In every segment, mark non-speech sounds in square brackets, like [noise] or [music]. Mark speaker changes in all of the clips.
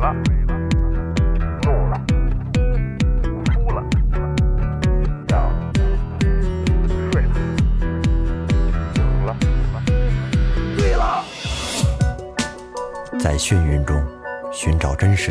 Speaker 1: 了，怒了，哭了，笑了，睡了，醒了，醉了。
Speaker 2: 在眩晕中寻找真实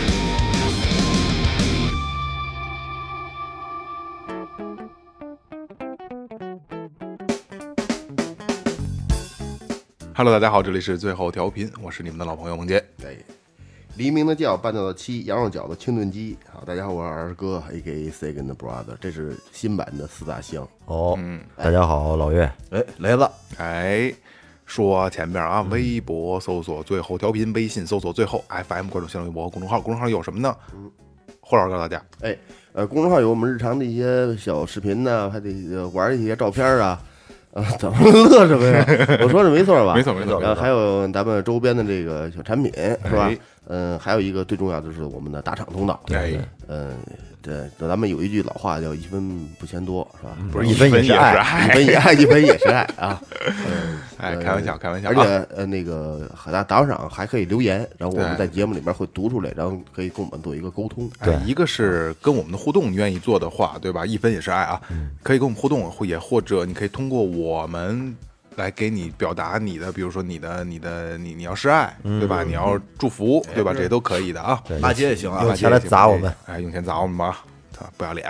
Speaker 3: Hello，大家好，这里是最后调频，我是你们的老朋友萌杰。
Speaker 4: 哎，黎明的叫，半道的七，羊肉饺子，清炖鸡。好，大家好，我是二哥，A K A Second Brother，这是新版的四大香。
Speaker 2: 哦，大家好，老岳，
Speaker 4: 哎，来了，
Speaker 3: 哎，说前面啊，微博搜索最后调频，微信搜索最后 FM，关注新浪微博公众号，公众号有什么呢？霍老师告诉大家，
Speaker 4: 哎，呃，公众号有我们日常的一些小视频呢，还得呃玩一些照片啊。啊，怎么乐什
Speaker 3: [laughs]
Speaker 4: 么呀？我说的没错吧？呃
Speaker 3: 没错没错没错
Speaker 4: 然后还有咱们周边的这个小产品是吧
Speaker 3: 哎？
Speaker 4: 嗯，还有一个最重要的就是我们的打赏通道。
Speaker 3: 哎，
Speaker 4: 嗯，对，咱们有一句老话叫“一分不嫌多”，是吧？
Speaker 3: 不是
Speaker 2: 一分
Speaker 3: 嗯也
Speaker 2: 也是爱
Speaker 3: 爱，
Speaker 4: 一分也爱，一分也是爱啊！嗯，
Speaker 3: 哎，
Speaker 4: 呃
Speaker 3: 开玩笑，开玩笑
Speaker 4: 而且
Speaker 3: 啊，
Speaker 4: 呃，那个海大打赏还可以留言，然后我
Speaker 3: 对哎
Speaker 4: 们在节目里面会读出来，然后可以跟我们做一个沟通。
Speaker 3: 对，一个是跟我们的互动，你愿意做的话，对吧？一分也是爱啊，
Speaker 2: 嗯
Speaker 3: 可以跟我们互动，或也或者你可以通过我们来给你表达你的，比如说你的、你的、你你要示爱，对吧？你要祝福，对吧？这些都可以的啊。
Speaker 5: 骂街也行啊
Speaker 2: 嗯哎用，钱来砸我们，
Speaker 3: 哎，用钱砸我们吧，操，不要脸。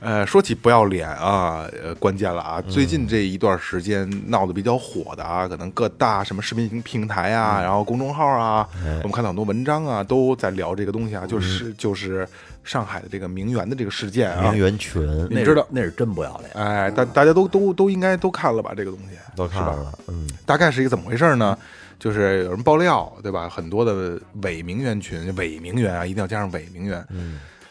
Speaker 3: 呃，说起不要脸啊，呃，关键了啊！最
Speaker 5: 嗯
Speaker 3: 近这一段时间闹得比较火的啊，可能各大什么视频平台啊，
Speaker 5: 嗯
Speaker 3: 然后公众号啊，
Speaker 5: 哎
Speaker 3: 我们看到很多文章啊，都在聊这个东西啊，
Speaker 5: 嗯
Speaker 3: 就是就是上海的这个名媛的这个事件啊
Speaker 2: 名，媛群
Speaker 3: 你
Speaker 5: 那
Speaker 3: 知道
Speaker 5: 是那是真不要脸。
Speaker 3: 哎，大大家都都都应该都看了吧？这个东西
Speaker 2: 都看了，嗯，
Speaker 3: 大概是一个怎么回事呢？就是有人爆料，对吧？很多的伪名媛群，伪名媛啊，一定要加上伪名媛，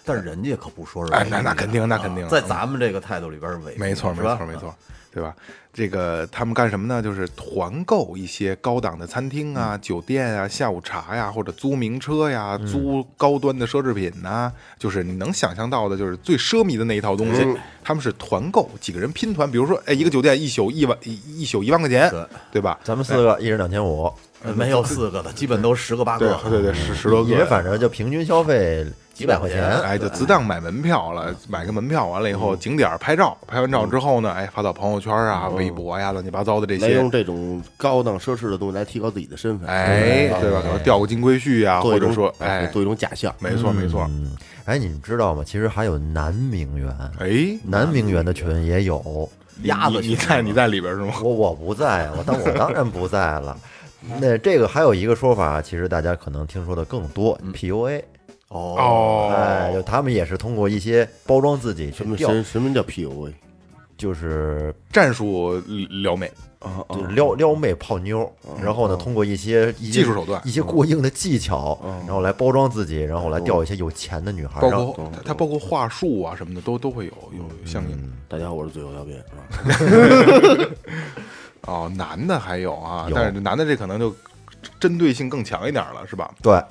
Speaker 5: 但是人家可不说是
Speaker 3: 哎
Speaker 5: 伪
Speaker 3: 那那
Speaker 5: 名
Speaker 3: 肯定
Speaker 5: 嗯啊
Speaker 3: 那肯定嗯
Speaker 5: 在咱们这个态度里边是伪名，
Speaker 3: 没错，没
Speaker 5: 是吧
Speaker 3: 错，没。错，对吧？这个他们干什么呢？就是团购一些高档的餐厅啊、酒店啊、下午茶呀、或者租名车呀、租高端的奢侈品呐、就是你能想象到的，就是最奢靡的那一套东西。他们是团购，几个人拼团，比如说，哎，一个酒店一宿一万一一宿一万块钱
Speaker 5: 对，
Speaker 3: 对吧？
Speaker 2: 咱们四个一人两千五，
Speaker 5: 呃没有四个的，基本都十个八
Speaker 3: 对
Speaker 5: 个。
Speaker 3: 对对，十十多个
Speaker 2: 也，反正就平均消费几百块钱，
Speaker 3: 哎，就嗯自当买门票了，买个门票完了以后，景点儿拍照，拍完照之后呢，哎，发到朋友圈啊、微博呀、乱七八糟的这
Speaker 4: 来
Speaker 3: 些，
Speaker 4: 用这种高档奢侈的东西来提高自己的身份，
Speaker 3: 哎，对吧？可能钓个金龟婿呀，
Speaker 4: 做
Speaker 3: 或
Speaker 4: 一种
Speaker 3: 者说，
Speaker 4: 哎
Speaker 3: 哎，
Speaker 4: 做一种假象。
Speaker 3: 没错没错，
Speaker 2: 嗯，哎，你们知道吗？其实还有男名媛，
Speaker 3: 哎，
Speaker 2: 男名媛的群也有，
Speaker 5: 鸭子
Speaker 3: 你你
Speaker 5: 群
Speaker 3: 在你在里边是吗？
Speaker 2: 我我不在啊，我但我当然不在了。那这个还有一个说法，其实大家可能听说的更多，PUA，
Speaker 5: 哦，
Speaker 2: 哎，就
Speaker 3: 嗯哦，
Speaker 2: 他们也是通过一些包装自己去
Speaker 4: 什么
Speaker 2: 钓，
Speaker 4: 什什么叫 PUA？
Speaker 2: 就是
Speaker 3: 战术撩妹，哦
Speaker 2: 就是撩撩妹泡妞，然后呢，通过一些一些
Speaker 3: 技术手段嗯哦
Speaker 2: 一些过硬的技巧，然后来包装自己，然后来钓一些有钱的女孩，
Speaker 3: 包
Speaker 2: 然后
Speaker 3: 括它它包括话术啊什么的，都都会有有相应的。
Speaker 4: 大家好，我是最后调频，是
Speaker 3: [laughs]
Speaker 4: 吧？
Speaker 3: 哦，男的还有啊，
Speaker 2: 有
Speaker 3: 但是男的这可能就针对性更强一点了，是吧？
Speaker 2: 对，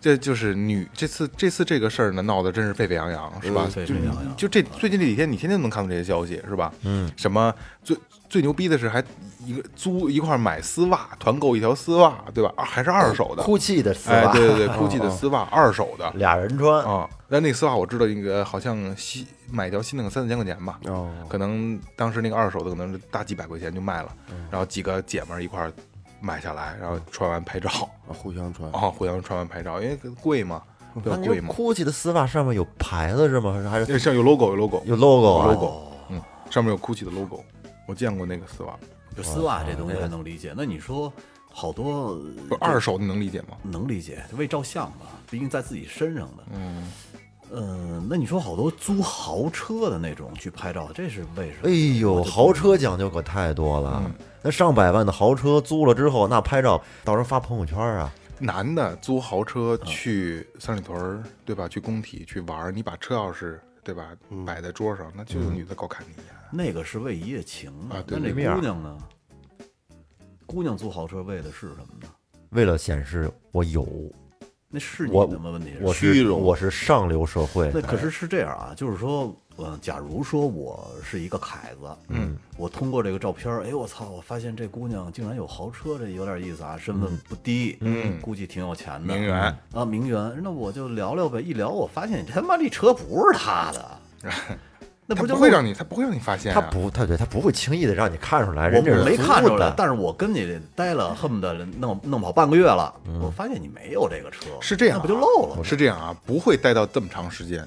Speaker 3: 这就是女这次这次这个事儿呢，闹得真是沸沸扬扬，是吧？
Speaker 5: 嗯沸
Speaker 3: 就
Speaker 5: 沸扬扬
Speaker 3: 就这最近这几天，你天天都能看到这些消息，是吧？嗯，什么最最牛逼的是还一个租一块儿买丝袜，团购一条丝袜，对吧？啊还是二手的，
Speaker 5: 哦
Speaker 2: 哭泣的丝
Speaker 3: 哎，
Speaker 2: 袜，
Speaker 3: 对对对，GUCCI 的丝袜，二手的
Speaker 2: 俩人穿，
Speaker 3: 啊。但那丝袜我知道，那个好像新买一条新的，三四千块钱吧。
Speaker 4: 哦，
Speaker 3: 可能当时那个二手的可能是大几百块钱就卖了，
Speaker 5: 嗯
Speaker 3: 然后几个姐们儿一块儿买下来，然后穿完拍照，
Speaker 4: 互相传
Speaker 3: 啊，互相穿完拍照，因为贵嘛，对
Speaker 2: 啊那
Speaker 3: 吧？
Speaker 2: 你
Speaker 3: 贵
Speaker 2: 说
Speaker 3: 嘛。
Speaker 2: 哭泣的丝袜上面有牌子是吗？还是还是
Speaker 3: 那上有 logo 有 logo
Speaker 2: 有 logo 啊
Speaker 3: logo，嗯，上面有 GUCCI 的 logo，我见过那个丝袜，
Speaker 5: 就丝袜这东西还能理解。那你说好多呃
Speaker 3: 不是二手，你能理解吗？
Speaker 5: 能理解，为照相吧，毕竟在自己身上的。嗯。嗯，那你说好多租豪车的那种去拍照，这是为什么？
Speaker 2: 哎呦，豪车讲究可太多了。那上百万的豪车租了之后，那拍照到时候发朋友圈啊，
Speaker 3: 男的租豪车去三里屯儿，对吧？去工体去玩儿，你把车钥匙对吧摆在桌上，那就有女的高看你一眼。
Speaker 5: 那个是为一夜情
Speaker 3: 啊对
Speaker 5: 那
Speaker 3: 对
Speaker 5: 这姑娘呢？姑娘租豪车为的是什么呢？
Speaker 2: 为了显示我有，
Speaker 5: 那是你
Speaker 2: 我
Speaker 5: 的吗？问题是，
Speaker 2: 我
Speaker 4: 虚
Speaker 2: 是
Speaker 4: 荣
Speaker 2: 我是上流社会哎
Speaker 5: 那
Speaker 2: 的，
Speaker 5: 可是是这样啊，就是说，呃，假如说我是一个凯子，
Speaker 3: 嗯，
Speaker 5: 我通过这个照片儿，哎，我操，我发现这姑娘竟然有豪车，这有点意思啊，身份不低，嗯，估计挺有钱的，
Speaker 3: 名媛
Speaker 5: 啊，名媛，那我就聊聊呗，一聊我发现你他妈这车不是
Speaker 3: [laughs]
Speaker 5: 他的，那
Speaker 3: 他
Speaker 5: 不就
Speaker 3: 不会
Speaker 5: 露
Speaker 3: 让你，他不会让你发现、
Speaker 2: 他
Speaker 3: 啊，
Speaker 2: 不他对他不会轻易的让你看出来，
Speaker 5: 我
Speaker 2: 人家是
Speaker 5: 我没
Speaker 2: 服
Speaker 5: 看
Speaker 2: 务
Speaker 5: 出来
Speaker 2: 的，
Speaker 5: 但是我跟你待了，恨不得弄弄跑半个月了，我发现你没有这个车，
Speaker 3: 嗯是这样、啊，
Speaker 5: 那不就漏了吗？
Speaker 3: 是这样啊，不会待到这么长时间。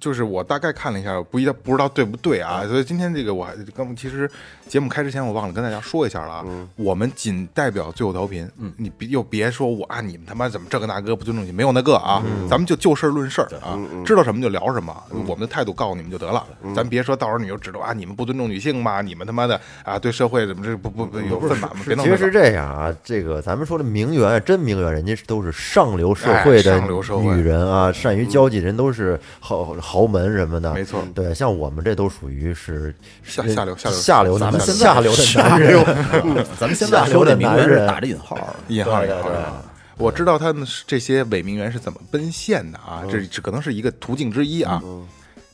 Speaker 3: 就是我大概看了一下，不一定不知道对不对啊，所以今天这个我还刚其实节目开之前我忘了跟大家说一下了啊，我们仅代表最后调频，嗯，你别又别说我啊，你们他妈怎么这个那个不尊重你，没有那个啊，咱们就就事论事儿啊，知道什么就聊什么，我们的态度告诉你们就得了，咱别说到时候你就知道啊，你们不尊重女性嘛，你们他妈的啊对社会怎么这不不不有愤满吗？别弄
Speaker 2: 其
Speaker 3: 那
Speaker 2: 实是。
Speaker 3: 个
Speaker 2: 这样啊，这个咱们说的名媛，啊真名媛，人家都是上流社会
Speaker 3: 哎
Speaker 2: 的
Speaker 3: 上流社会
Speaker 2: 女人啊，善于交际，人都是豪豪门什么的，
Speaker 3: 没错
Speaker 2: 对，像我们这都属于是
Speaker 3: 下下流下流
Speaker 2: 下流
Speaker 5: 咱们现在
Speaker 2: 下流的男人，
Speaker 5: 嗯咱们现在说这名媛是打着引号的，
Speaker 3: 引号引号引号。我知道他们是这些伪名媛是怎么奔现的啊，
Speaker 4: 嗯
Speaker 3: 这这可能是一个途径之一啊。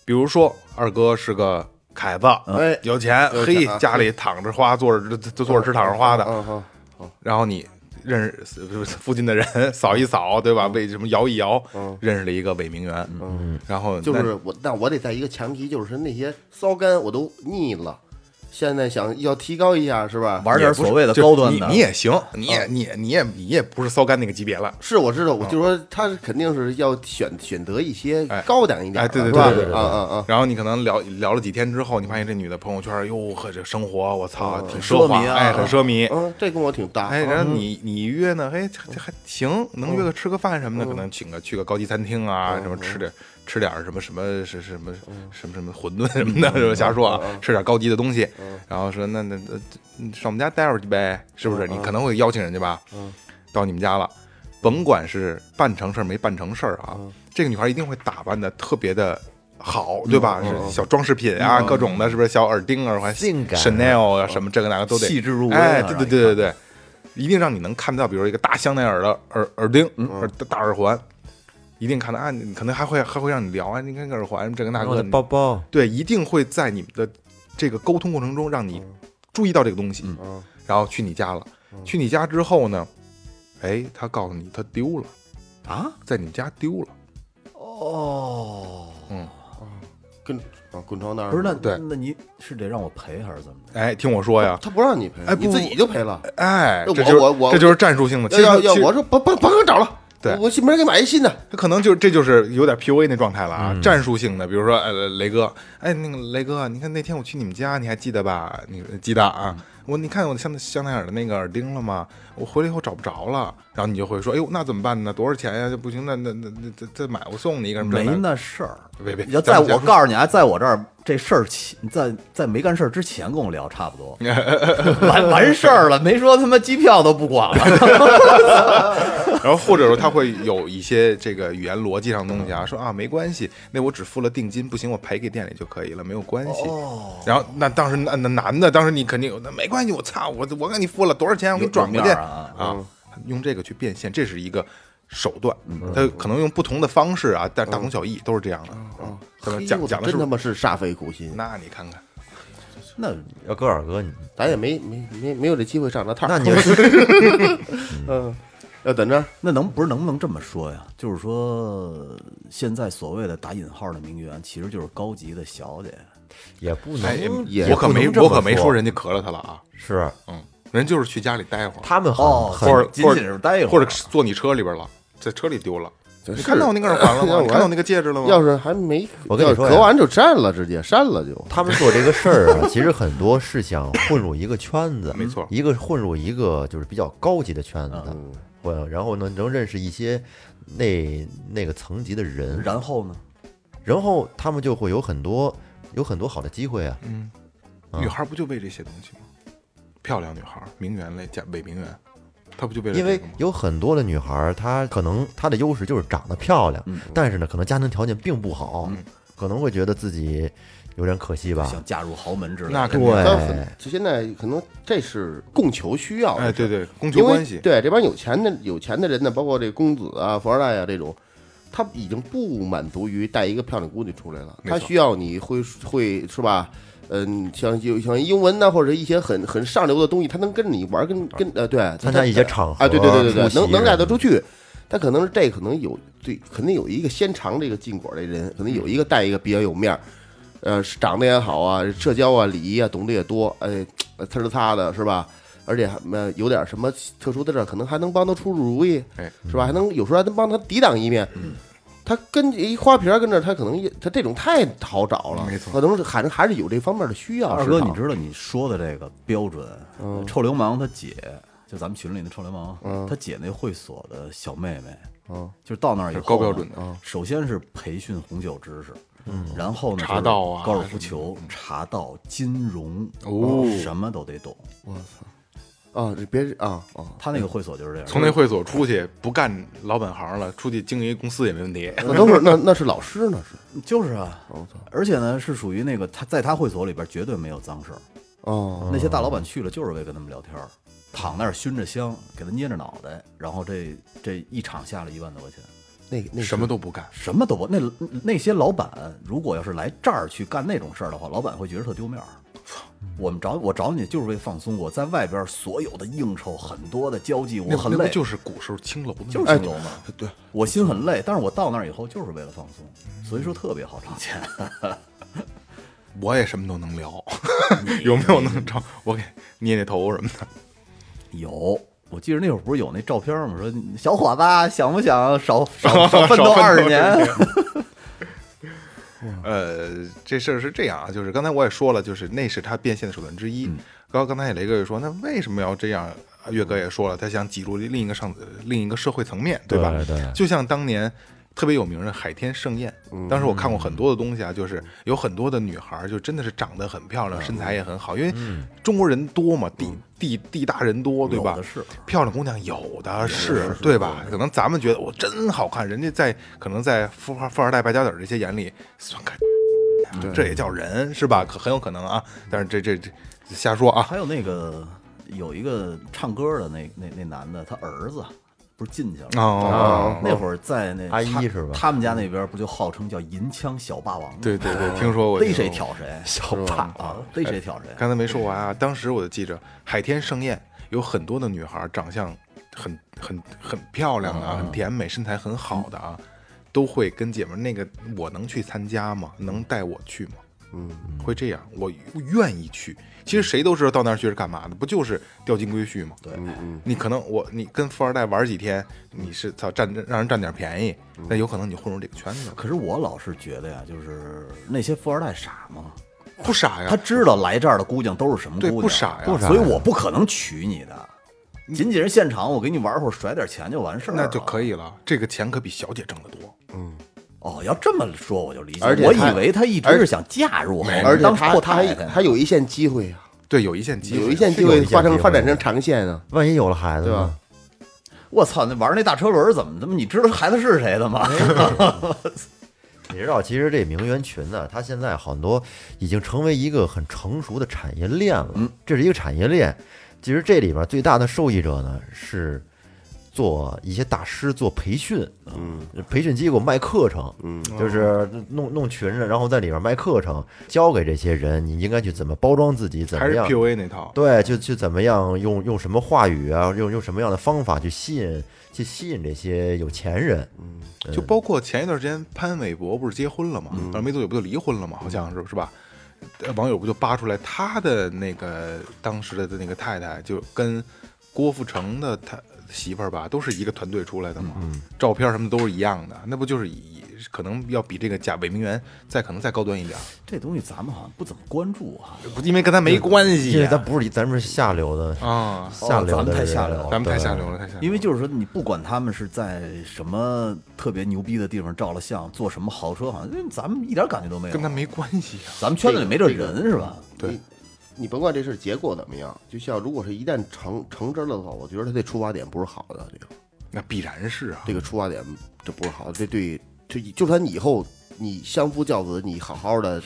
Speaker 3: 比如说二哥是个凯子，
Speaker 4: 哎
Speaker 3: 有钱，
Speaker 4: 有
Speaker 3: 嘿
Speaker 4: 钱啊，
Speaker 3: 家里躺着花，坐着坐坐着吃躺着花的。
Speaker 4: 嗯好，
Speaker 3: 然后你认识呃附近的人，扫一扫，对
Speaker 4: 嗯
Speaker 3: 吧？为什么摇一摇，认识了一个伪名媛。嗯，然后
Speaker 4: 就
Speaker 3: 那
Speaker 4: 是我，但我得在一个前提，就是那些骚干我都腻了，现在想要提高一下，是吧？
Speaker 5: 玩点所谓的
Speaker 3: 就
Speaker 5: 高端的，嗯
Speaker 3: 你你也行，你也你也你也你也不是骚干那个级别了。
Speaker 4: 是，我知道，我就说他肯定是要选选择一些
Speaker 3: 哦哎
Speaker 4: 高档一点
Speaker 3: 哎
Speaker 4: 的，
Speaker 3: 对对
Speaker 4: 是吧
Speaker 3: 对对对
Speaker 4: 啊啊啊！
Speaker 3: 然后你可能聊聊了几天之后，你发现这女的朋友圈，哟呵，这生活我操，挺奢华
Speaker 5: 奢靡，啊
Speaker 3: 哎，很奢靡。
Speaker 4: 嗯，这跟我挺搭。
Speaker 3: 哎，
Speaker 4: 啊
Speaker 3: 然后你你约呢？哎，这这还行，能
Speaker 2: 嗯
Speaker 3: 约个吃个饭什么的，可能请个去个高级餐厅啊，什么吃点吃点什么什么是什么
Speaker 2: 嗯
Speaker 3: 什么什么馄饨什么的，是吧瞎说啊，吃点高级的东西。
Speaker 2: 嗯
Speaker 3: 然后说那那那那上我们家待会儿去呗，是
Speaker 2: 嗯
Speaker 3: 不是？你可能会邀请人家吧？到你们家了，甭管是办成事儿没办成事儿
Speaker 2: 嗯
Speaker 3: 啊，这个女孩一定会打扮的特别的。好，对吧？
Speaker 2: 嗯
Speaker 3: 是小装饰品啊，各种的，是不是？小耳钉、耳环、
Speaker 2: 性感啊
Speaker 3: Chanel 啊，什么这个那个都得
Speaker 5: 细致入微啊
Speaker 3: 哎，
Speaker 5: 让
Speaker 3: 对
Speaker 5: 你
Speaker 3: 对对对对，一定让你能看到，比如一个大香奈儿的耳耳钉、
Speaker 4: 嗯
Speaker 3: 耳大耳环，一定看到啊，你可能还会还会让你聊啊，你看个耳环这个那
Speaker 2: 然后
Speaker 3: 个
Speaker 2: 那，包包，
Speaker 3: 对，一定会在你们的这个沟通过程中让你注意到这个东西，
Speaker 4: 嗯
Speaker 3: 然后去你家了，去你家之后呢，哎，他告诉你他丢了，
Speaker 5: 啊，
Speaker 3: 在你们家丢了，
Speaker 5: 哦，
Speaker 4: 跟啊滚床单儿
Speaker 5: 不是那
Speaker 3: 对
Speaker 5: 那你是得让我赔还是怎么着？
Speaker 3: 哎，听我说呀，
Speaker 4: 啊他不让你赔，
Speaker 3: 哎
Speaker 4: 你
Speaker 3: 不
Speaker 4: 自己就赔了。
Speaker 3: 哎，
Speaker 4: 那
Speaker 3: 这就
Speaker 4: 呃我
Speaker 3: 是
Speaker 4: 我我
Speaker 3: 这就是战术性的，其
Speaker 4: 要
Speaker 3: 实
Speaker 4: 要要
Speaker 3: 其，实
Speaker 4: 我说甭甭甭给我找了，
Speaker 3: 对
Speaker 4: 我明儿给买一新的。
Speaker 3: 他可能就这就是有点 PUA 那状态了啊，
Speaker 5: 嗯
Speaker 3: 战术性的，比如说呃雷哥，哎那个雷哥，你看那天我去你们家，你还记得吧？你记得
Speaker 5: 嗯
Speaker 3: 啊？我你看我香香奈儿的那个耳钉了吗？我回来以后找不着了，然后你就会说，哎呦那怎么办呢？多少钱呀、这不行，那那那那再再买，我送你一个什么这
Speaker 5: 没
Speaker 3: 那的？
Speaker 5: 那事儿，
Speaker 3: 别别
Speaker 5: 你要
Speaker 3: 咱
Speaker 5: 在
Speaker 3: 们
Speaker 5: 我
Speaker 3: 先
Speaker 5: 告诉你啊，在我这儿这事儿起，在在没干事儿之前跟我聊差不 [laughs] 多，完完事儿了，没说他妈机票都不管了。
Speaker 3: 然后或者说他会有一些这个语言逻辑上的东西啊，说啊没关系，那我只付了定金，不行我赔给店里就可以了，没有关系。然后那当时那那男的，当时你肯定有那没关系，我操，我我给你付了多少钱，我给你转过去
Speaker 5: 有面儿啊
Speaker 3: 用这个去变现，这是一个手段，他可能用不同的方式啊，但大同小异，都是这样的。嗯，可能
Speaker 4: 嘿
Speaker 3: 讲
Speaker 4: 我
Speaker 3: 讲的是
Speaker 4: 哎真他，妈是煞费苦心，
Speaker 3: 那你看看，
Speaker 5: [laughs] 那
Speaker 2: 要哥二哥你
Speaker 4: 咱也没没没没有这机会上那套。
Speaker 2: 那你
Speaker 4: 嗯， [laughs] 要等着
Speaker 5: 那能不是能不能这么说呀？就是说，现在所谓的打引号的名媛，其实就是高级的小姐。
Speaker 2: [laughs] 也不
Speaker 3: 哎
Speaker 2: 能，，
Speaker 4: 也
Speaker 3: 我可
Speaker 2: 不能
Speaker 3: 没
Speaker 2: 这
Speaker 3: 我
Speaker 2: 么
Speaker 3: 可没
Speaker 2: 说
Speaker 3: 说人家咳了他了啊，
Speaker 2: 是
Speaker 3: 嗯，人就是去家里待一会儿，
Speaker 2: 他们很
Speaker 5: 哦
Speaker 2: 很
Speaker 5: 或
Speaker 3: 或者
Speaker 5: 仅
Speaker 3: 或
Speaker 5: 仅
Speaker 3: 者
Speaker 5: 是待一会
Speaker 3: 或
Speaker 5: 儿
Speaker 3: 者是坐你车里边了，在车里丢了。
Speaker 4: 是
Speaker 3: 你看到我那个耳环了
Speaker 4: [laughs] 要
Speaker 3: 吗？
Speaker 4: 我
Speaker 3: 你看到我那个戒指了吗？
Speaker 4: 要是还没，
Speaker 2: 我跟你说呀
Speaker 4: 隔完就删了，直接删了就。
Speaker 2: 他们做这个事儿啊，其实很多是想混入一个圈子，
Speaker 3: 没错嗯
Speaker 2: 一个混入一个就是比较高级的圈
Speaker 3: 哎
Speaker 2: 子的，
Speaker 4: 嗯
Speaker 2: 混，然后呢能认识一些那那个层级的人，
Speaker 5: 然后呢？
Speaker 2: 然后他们就会有很多有很多好的机会啊，
Speaker 3: 女孩不就为这些东西吗？漂亮女孩，名媛类加伪名媛，她不就为了
Speaker 2: 因为
Speaker 3: 这个吗
Speaker 2: 有很多的女
Speaker 3: 嗯
Speaker 2: 孩儿，她可能她的优势就是长得漂亮，但是呢，可能家庭条件并不好，可能会觉得自己有点可惜吧。
Speaker 5: 想嫁入豪门之类的。
Speaker 3: 那肯定，
Speaker 4: 但
Speaker 2: 对
Speaker 4: 很，就现在可能这是供求需要的事儿，
Speaker 3: 哎，对对，供求
Speaker 4: 因为
Speaker 3: 关系，
Speaker 4: 对这帮有钱的有钱的人呢，包括这公子啊、富二代啊这种，他已经不满足于带一个漂亮姑娘出来了，
Speaker 3: 没错
Speaker 4: 他需要你会会是吧？嗯，像有像英文呐、或者一些很很上流的东西，他能跟你玩，跟跟呃，对，
Speaker 2: 参加一些场合
Speaker 4: 啊，对对对对
Speaker 2: 出
Speaker 4: 对，
Speaker 2: 席
Speaker 4: 能能
Speaker 2: 什
Speaker 4: 带
Speaker 2: 么
Speaker 4: 得
Speaker 2: 的
Speaker 4: 出去。他可能是这可能有对，肯定有一个先尝这个禁果的人，可能有一个带一个比较有面儿，呃，是长得也好啊，社交啊、礼仪啊，懂得也多，哎，呲儿擦的是吧？而且还呃有点什么特殊的事儿，可能还能帮他出出主意，
Speaker 3: 哎，
Speaker 4: 是吧？还能有时候还能帮他抵挡一面。他跟一花瓶儿跟这儿，他可能也他这种太好找了，
Speaker 3: 没错
Speaker 4: 可能是还是还是有这方面的需要。
Speaker 5: 二哥，
Speaker 4: 市
Speaker 5: 你
Speaker 4: 场
Speaker 5: 知道你说的这个标准，臭流氓他姐，就咱们群里那臭流氓，他姐那会所的小妹妹，
Speaker 4: 嗯
Speaker 5: 就是到那儿以
Speaker 3: 是
Speaker 5: 后呢
Speaker 3: 高标准的啊。
Speaker 5: 首先是培训红酒知识，然后呢
Speaker 3: 茶
Speaker 5: 就是
Speaker 3: 道啊
Speaker 5: 高尔夫球、茶道、金融，
Speaker 3: 哦
Speaker 5: 什么都得懂。
Speaker 4: 啊，这别啊啊，
Speaker 5: 他那个会所就是这样，
Speaker 3: 从那会所出去不干老本行了，出去经营一公司也没问题。
Speaker 4: 那等会儿那那是老师呢是
Speaker 5: 就是啊
Speaker 4: 我操，
Speaker 5: 而且呢是属于那个他在他会所里边绝对没有脏事儿，
Speaker 4: 哦，
Speaker 5: 那些大老板去了就是为跟他们聊天儿，躺那儿熏着香，给他捏着脑袋，然后这这一场下了一万多块钱。
Speaker 4: 那个那
Speaker 3: [laughs] 什么都不干，
Speaker 5: 什么都不那那些老板，如果要是来这儿去干那种事儿的话，老板会觉得特丢面儿。我们找我找你就是为放松，我在外边所有的应酬、很多的交际，我
Speaker 3: 那
Speaker 5: 很
Speaker 3: 那不
Speaker 5: 累，
Speaker 3: 就是哎古时候青楼的那
Speaker 5: 就
Speaker 3: 种
Speaker 5: 是青楼嘛。
Speaker 4: 对，
Speaker 5: 我心很累，但是我到那儿以后就是为了放松，所以说特别好挣钱。
Speaker 3: 我也什么都
Speaker 4: [laughs]
Speaker 3: 能聊，有没有能找我给捏捏头什么的？
Speaker 5: 有，我记得那会儿不是有那照片吗？说小伙子啊想不想少
Speaker 3: [laughs]
Speaker 5: 少少奋
Speaker 3: 少奋斗
Speaker 5: 斗二十年？
Speaker 3: 呃，这事儿是这样啊，就是刚才我也说了，就是那是他变现的手段之一。刚、刚才也雷哥也说，那为什么要这样？啊岳哥也说了，他想挤入另一个上另一个社会层面，对吧？
Speaker 2: 对对
Speaker 3: 就像当年特别有名的海天盛宴，当时我看过很多的东西啊，就是有很多的女孩儿就真的是长得很漂亮，身材也很好，因为中国人多嘛，地地地大人多，对吧？
Speaker 5: 有的是
Speaker 3: 漂亮姑娘有的是，对吧？可能咱们觉得我真好看，人家在可能在富二富二代、败家子儿这些眼里算个呀，这也叫人是吧？可很有可能啊，但是这这这瞎说啊，
Speaker 5: 还有那个有一个唱歌的那那那男的，他儿子不是进去了吗？
Speaker 3: 哦，
Speaker 5: 那会儿在那
Speaker 2: 阿一
Speaker 5: 他
Speaker 2: 是吧
Speaker 5: 他们家那边不就号称叫“银枪小霸王”吗？
Speaker 3: 对哦对对，听说过，
Speaker 5: 逮
Speaker 3: 听说
Speaker 5: 谁
Speaker 3: 过
Speaker 5: 挑谁，小霸啊，逮谁挑谁。
Speaker 3: 刚才没说完啊，当时我就记着《海天盛宴》有很多的女孩长相很很很漂亮啊，很甜美，身材很好的啊，都会跟姐们儿那个我能去参加吗？能带我去吗？嗯，会这样，我愿意去。其实谁都知道到那儿去是干嘛的，不就是钓金龟婿吗？对，
Speaker 4: 嗯
Speaker 3: 你可能我你跟富二代玩几天，你是操占让人占点便宜，那有可能你混入这个圈子了，
Speaker 5: 可是我老是觉得呀，就是那些富二代傻吗？
Speaker 3: 不傻哎呀
Speaker 5: 他。知道来这儿的啊姑娘都是什么姑
Speaker 3: 对
Speaker 5: 娘，
Speaker 3: 不傻呀不
Speaker 5: 所以我不可能娶你的。仅仅是现场，我给你玩会儿，甩点钱就完事儿了，
Speaker 3: 那就可以了，这个钱可比小姐挣得多。
Speaker 5: 哦。要这么说，我就理解。
Speaker 4: 而且
Speaker 5: 我
Speaker 4: 他
Speaker 5: 以为他一直
Speaker 4: 而
Speaker 5: 是想嫁入豪门，
Speaker 4: 而且
Speaker 5: 当
Speaker 4: 他
Speaker 5: 阔
Speaker 4: 他还
Speaker 5: 太太呢
Speaker 4: 还有一线机会啊，
Speaker 3: 对，有一线机会，
Speaker 4: 有一线机
Speaker 2: 有
Speaker 4: 会
Speaker 2: 一线
Speaker 4: 发
Speaker 2: 机
Speaker 4: 展
Speaker 2: 会
Speaker 4: 发展成长线啊，
Speaker 2: 万一有了孩子
Speaker 4: 对
Speaker 2: 呢
Speaker 4: 吧？
Speaker 5: 我操，那玩那大车轮怎么怎么？你知道孩子是谁的吗？
Speaker 3: 哎
Speaker 2: 你知道，其实这名媛群呢、它现在很多已经成为一个很成熟的产业链了。
Speaker 4: 嗯
Speaker 2: 这是一个产业链。其实这里边最大的受益者呢是做一些大师做培训，嗯，培训机构卖课程，嗯，就是弄弄群，然后在里边卖课程，教给这些人你应该去怎么包装自己，怎
Speaker 3: 还
Speaker 2: 么
Speaker 3: 是
Speaker 2: 样。
Speaker 3: PUA 那套。
Speaker 2: 对，就去怎么样用用什么话语啊，用用什么样的方法去吸引去吸引这些有钱人，
Speaker 3: 就包括前一段时间潘玮柏不是结婚了嘛，
Speaker 2: 嗯
Speaker 3: 然后没多久不就离婚了嘛，好像是是吧？呃网友不就扒出来他的那个当时的那个太太，就跟郭富城的他媳妇儿吧，都是一个团队出来的嘛，
Speaker 2: 嗯
Speaker 3: 照片什么都是一样的，那不就是以可能要比这个假伪名媛再可能再高端一点儿，
Speaker 5: [laughs] 这东西咱们好像不怎么关注啊。
Speaker 3: 不因为跟他没关
Speaker 2: 因
Speaker 3: 系
Speaker 2: 为咱
Speaker 3: 呀
Speaker 2: 不是咱们是下流的
Speaker 3: 啊，
Speaker 2: 下流
Speaker 5: 哦
Speaker 2: 的
Speaker 5: 咱们太
Speaker 2: 人
Speaker 5: 下流了
Speaker 3: 咱们太
Speaker 2: 对
Speaker 3: 下流了，太下流了，
Speaker 5: 因为就是说，你不管他们是在什么特别牛逼的地方照了相，坐什么豪车，好像嗯咱们一点感觉都没有。
Speaker 3: 跟他，没关系呀，
Speaker 5: 咱们圈子里没这人是吧？
Speaker 3: 对
Speaker 4: 你，你甭管这事儿结果怎么样，就像如果是一旦成成真了的话，我觉得他这出发点不是好的，这个
Speaker 3: 那必然是啊
Speaker 4: 这，个出发点这不是好的，这对，这就算你以后你相夫教子，你好好的，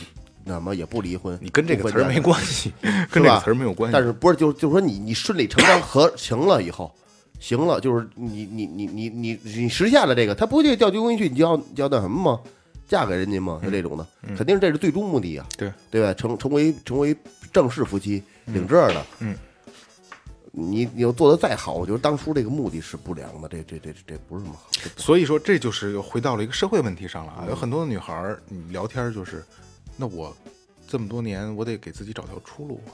Speaker 4: 那么也不离婚，
Speaker 3: 你跟这个词儿没
Speaker 4: 系，
Speaker 2: [laughs]
Speaker 3: 关系，
Speaker 4: 是
Speaker 3: 跟这个
Speaker 4: 吧？
Speaker 3: 词儿没有关系。
Speaker 4: 但是不是就就是说你你顺理成章和行了以后，行了，就是你你你你你你实现了这个，他不就调丢婚去，你就要就要那什么吗？嫁给人家吗？就这种的，肯定这是最终目的啊，
Speaker 3: 对
Speaker 4: 对吧？成成为成为正式夫妻，领证的，
Speaker 3: 嗯
Speaker 4: 你你要做的再好，我觉得当初这个目的是不良的，这这这这这不是什么好。这不
Speaker 3: 所以说，这就是又回到了一个社会问题上了啊。有很多的女孩儿，你聊天儿就是，那我这么多年，我得给自己找条出路啊。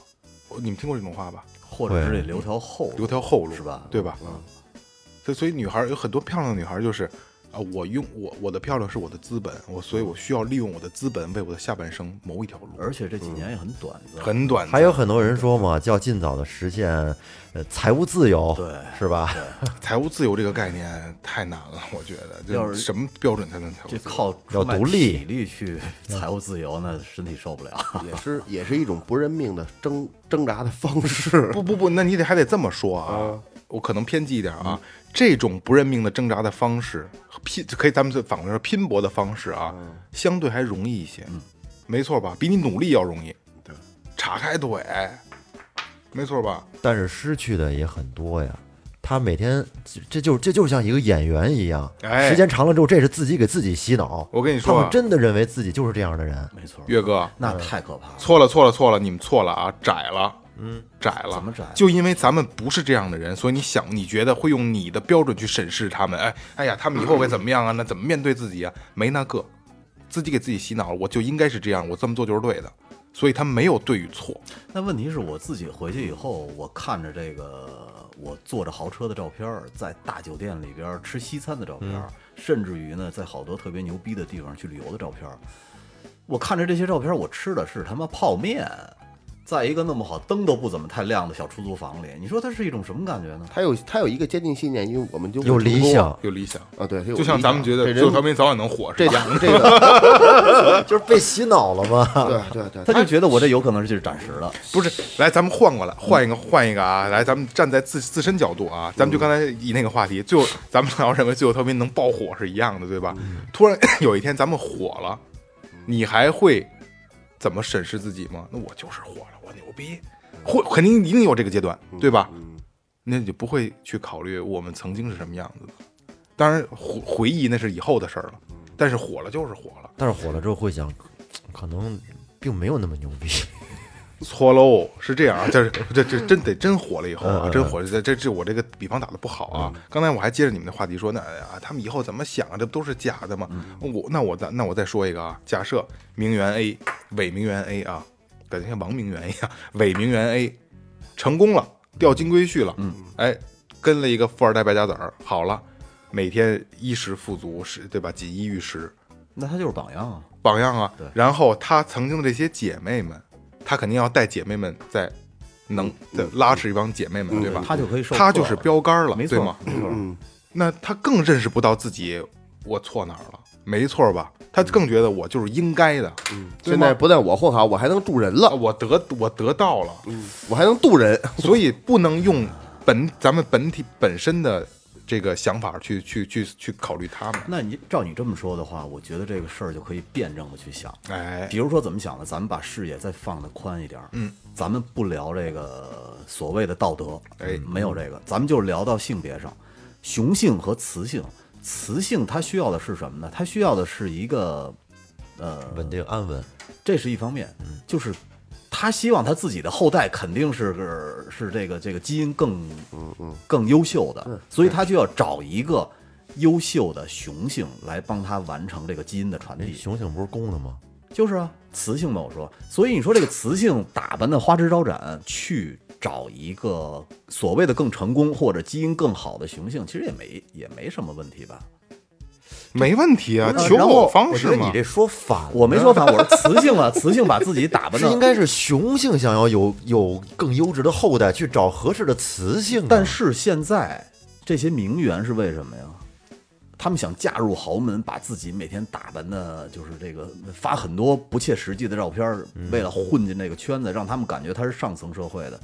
Speaker 3: 我你们听过这种话吧？
Speaker 5: 或者是得留条后路，
Speaker 3: 留条后路
Speaker 5: 是吧？
Speaker 3: 对吧？
Speaker 5: 嗯，
Speaker 3: 所以所以女孩儿有很多漂亮的女孩儿就是啊，我用我我的漂亮是我的资本，我所以我需要利用我的资本为我的下半生谋一条路，
Speaker 5: 而且这几年也很短暂，
Speaker 3: 嗯很短暂。
Speaker 2: 还有很多人说嘛，叫尽早的实现呃财务自由，
Speaker 5: 对
Speaker 2: 是吧？
Speaker 3: 财务自由这个概念太难了，我觉得，就
Speaker 5: 要是
Speaker 3: 什么标准才能财务自
Speaker 5: 这
Speaker 3: 由？
Speaker 5: 靠
Speaker 2: 要
Speaker 5: 出卖
Speaker 2: 独立
Speaker 5: 体力去 [laughs] 财务自由，那身体受不了。
Speaker 4: 也是也是一种不认命的挣挣扎的方式。
Speaker 3: 不不不，那你得还得这么说啊，我可能偏激一点啊。这种不认命的挣扎的方式，拼可以咱们就反过来说拼搏的方式啊，相对还容易一些，没错吧？比你努力要容易。对，岔开腿，没错吧？
Speaker 2: 但是失去的也很多呀。他每天这这就这就像一个演员一样，
Speaker 3: 哎
Speaker 2: 时间长了之后，这是自己给自己洗脑。
Speaker 3: 我跟你说啊
Speaker 2: 他们真的认为自己就是这样的人。
Speaker 5: 没错，
Speaker 3: 岳哥，
Speaker 5: 那太可怕了。
Speaker 3: 错了错了错了，你们错了啊，窄了。嗯，窄了，
Speaker 5: 怎么窄
Speaker 3: 就因为咱们不是这样的人，所以你想，你觉得会用你的标准去审视他们？哎，哎呀，他们以后会怎么样啊？那怎么面对自己啊？没那个，自己给自己洗脑了，我就应该是这样，我这么做就是对的，所以他没有对与错。
Speaker 5: 那问题是我自己回去以后，我看着这个我坐着豪车的照片儿，在大酒店里边儿吃西餐的照片儿，甚至于呢，在好多特别牛逼的地方去旅游的照片儿，我看着这些照片儿，我吃的是他妈泡面，在一个那么好灯都不怎么太亮的小出租房里，你说它是一种什么感觉呢？
Speaker 4: 他有他有一个坚定信念，因为我们就会
Speaker 2: 有理
Speaker 4: 成功
Speaker 2: 想，
Speaker 3: 有理想，
Speaker 4: 啊，对，他有
Speaker 3: 就像
Speaker 4: 理想
Speaker 3: 咱们觉得
Speaker 4: 这
Speaker 3: 做
Speaker 4: 人
Speaker 3: 小品早晚能火是
Speaker 4: 这
Speaker 3: 一样的。
Speaker 4: 这个， [laughs]
Speaker 2: 就是被洗脑了吗？
Speaker 4: 对对对，
Speaker 5: 他就觉得我这有可能是就是暂时的，
Speaker 3: 不是，来，咱们换过来，换一个，换一个啊！来，咱们站在自自身角度啊，咱们就刚才以那个话题，最后咱们老认为最后调频能爆火是一样的，对吧？突然有一天咱们火了，你还会怎么审视自己吗？那我就是火了，我牛逼，会肯定一定有这个阶段，对吧？那就不会去考虑我们曾经是什么样子的。当然，回回忆那是以后的事儿了，但是火了就是火了，
Speaker 2: 但是火了之后会想，可能并没有那么牛逼。
Speaker 3: 错喽，是这
Speaker 2: [laughs]
Speaker 3: 样啊，这这这真得真火了以后啊，
Speaker 2: 嗯嗯嗯
Speaker 3: 真火了，这这这我这个比方打的不好啊。刚才我还接着你们的话题说，那哎呀，他们以后怎么想啊？这不都是假的吗？
Speaker 2: 嗯
Speaker 3: 我那我再那我再说一个啊，假设名媛 A 伪名媛 A 啊，感觉像王名媛一样， [laughs] 伪名媛 A 成功了，钓金龟婿了，
Speaker 2: 嗯
Speaker 3: 哎，跟了一个富二代败家子儿，好了，每天衣食富足，是对吧？锦衣玉食，
Speaker 5: [laughs] 那他就是榜样啊。
Speaker 3: 榜样啊
Speaker 5: 对。
Speaker 3: 然后她曾经的这些姐妹们，她肯定要带姐妹们在能在拉扯一帮姐妹们，对吧？
Speaker 5: 嗯他就可以受
Speaker 3: 她
Speaker 5: 挫
Speaker 3: 就是标杆了，
Speaker 5: 没
Speaker 3: 对
Speaker 5: 错
Speaker 3: 吗？
Speaker 5: 没错，
Speaker 3: 那她更认识不到自己我错哪儿了，没错吧？
Speaker 5: 嗯
Speaker 3: 她更觉得我就是应该的，对
Speaker 4: 现
Speaker 3: 吗
Speaker 4: 在不但我混好，我还能渡人
Speaker 3: 啊
Speaker 4: 了，
Speaker 3: 我得我得到了，
Speaker 5: 嗯
Speaker 4: 我还能渡人，
Speaker 3: 所以不能用本咱们本体本身的这个想法去去去去考虑他们。
Speaker 5: 那你照你这么说的话，我觉得这个事儿就可以辩证的去想。
Speaker 3: 哎
Speaker 5: 比，如说怎么想呢？咱们把视野再放的宽一点，嗯，咱们不聊这个所谓的道德，嗯
Speaker 3: 哎
Speaker 5: 没有这个，咱们就聊到性别上，雄性和雌性。雌性它需要的是什么呢？它需要的是一个，呃，
Speaker 3: 嗯
Speaker 2: 稳定安稳，
Speaker 5: 这是一方面，就是他希望他自己的后代肯定是是这个这个基因更更优秀的，所以他就要找一个优秀的雄性来帮他完成这个基因的传
Speaker 2: 那
Speaker 5: 递。
Speaker 2: 雄性不是公的吗？
Speaker 5: 就是啊，雌性嘛，我说，所以你说这个雌性打扮的花枝招展，去找一个所谓的更成功或者基因更好的雄性，其实也没也没什么问题吧？
Speaker 3: 没问题啊，
Speaker 5: 不是
Speaker 3: 求
Speaker 5: 然
Speaker 3: 偶
Speaker 5: 后
Speaker 3: 方
Speaker 2: 我觉
Speaker 3: 式
Speaker 2: 得
Speaker 3: 嘛
Speaker 2: 你。这说反了，
Speaker 5: 我没说反，我说雌性啊，雌性把自己打扮
Speaker 2: 啊 [laughs] 是
Speaker 5: 的
Speaker 2: 应该是雄性想要有有更优质的后代，去找合适的雌性啊。
Speaker 5: 但是现在这些名媛是为什么呀？他们想嫁入豪门，把自己每天打扮的，就是这个发很多不切实际的照片儿，为了混进这个圈子，让他们感觉他是上层社会的，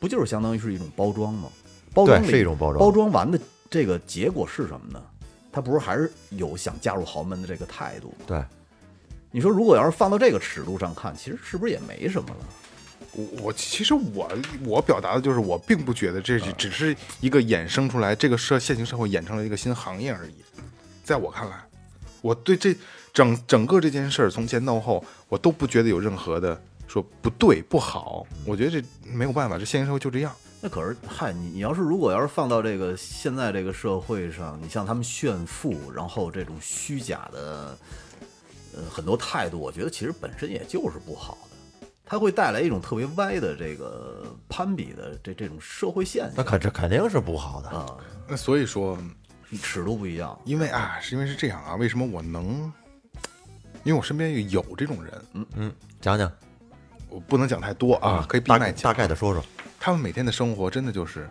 Speaker 5: 不就是相当于是一种包装吗？包装
Speaker 2: 对
Speaker 5: 里
Speaker 2: 是一种包装
Speaker 5: 包装完的这个结果是什么呢？他不是还是有想嫁入豪门的这个态度吗？
Speaker 2: 对，
Speaker 5: 你说如果要是放到这个尺度上看，其实是不是也没什么了？
Speaker 3: 我我其实我我表达的就是，我并不觉得这是只是一个衍生出来，这个社现行社会衍生了一个新行业而已。在我看来，我对这整整个这件事儿从前到后，我都不觉得有任何的说不对不好。我觉得这没有办法，这现行社会就这样。
Speaker 5: 那可是，嗨，你你要是如果要是放到这个现在这个社会上，你像他们炫富，然后这种虚假的，呃，很多态度，我觉得其实本身也就是不好的，它会带来一种特别歪的这个攀比的这这种社会现
Speaker 2: 那
Speaker 5: 象
Speaker 2: 肯这肯定是不好的。
Speaker 5: 啊，
Speaker 3: 那所以说，
Speaker 5: 尺度不一样。
Speaker 3: 嗯因为啊，是因为是这样啊，为什么我能？因为我身边有这种人，
Speaker 2: 讲讲
Speaker 3: 我不能讲太多啊，可以闭
Speaker 2: 大
Speaker 3: 麦
Speaker 2: 概
Speaker 3: 讲
Speaker 2: 大。概的说说，
Speaker 3: 他们每天的生活真的就是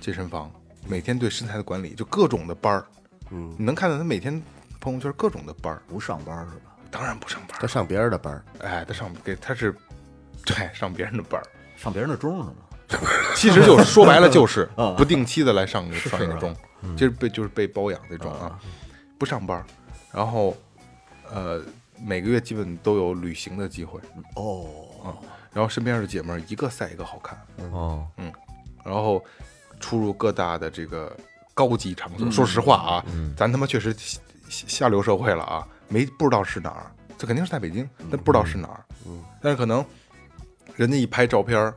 Speaker 3: 健身房，每天对身材的管理，就各种的班儿。嗯，你能看到他每天朋友圈各种的班儿，
Speaker 5: 不上班是吧？
Speaker 3: 当然不上班
Speaker 4: 他
Speaker 3: 儿，
Speaker 4: 上别人的班儿，
Speaker 3: 哎，他上给他是，对，上别人的班儿。
Speaker 5: 上别人的钟是吗？
Speaker 3: 其实就是说白了
Speaker 5: [laughs]
Speaker 3: 就是
Speaker 5: 啊
Speaker 3: 不定期的来上个
Speaker 5: 是嗯
Speaker 3: 上一个
Speaker 5: 啊
Speaker 3: 钟，就是被就是被包养这种啊，不上班儿，然后呃每个月基本都有旅行的机会，嗯
Speaker 5: 哦，
Speaker 3: 然后身边的姐妹儿一个赛一个好看，
Speaker 5: 嗯
Speaker 3: 嗯
Speaker 2: 哦，
Speaker 3: 然后出入各大的这个高级场
Speaker 5: 嗯
Speaker 3: 所。说实话啊，咱他妈确实下下下流社会了啊，没不知道是哪儿，这肯定是在北京，但不知道是哪儿。嗯，但是可能人家一拍照片儿，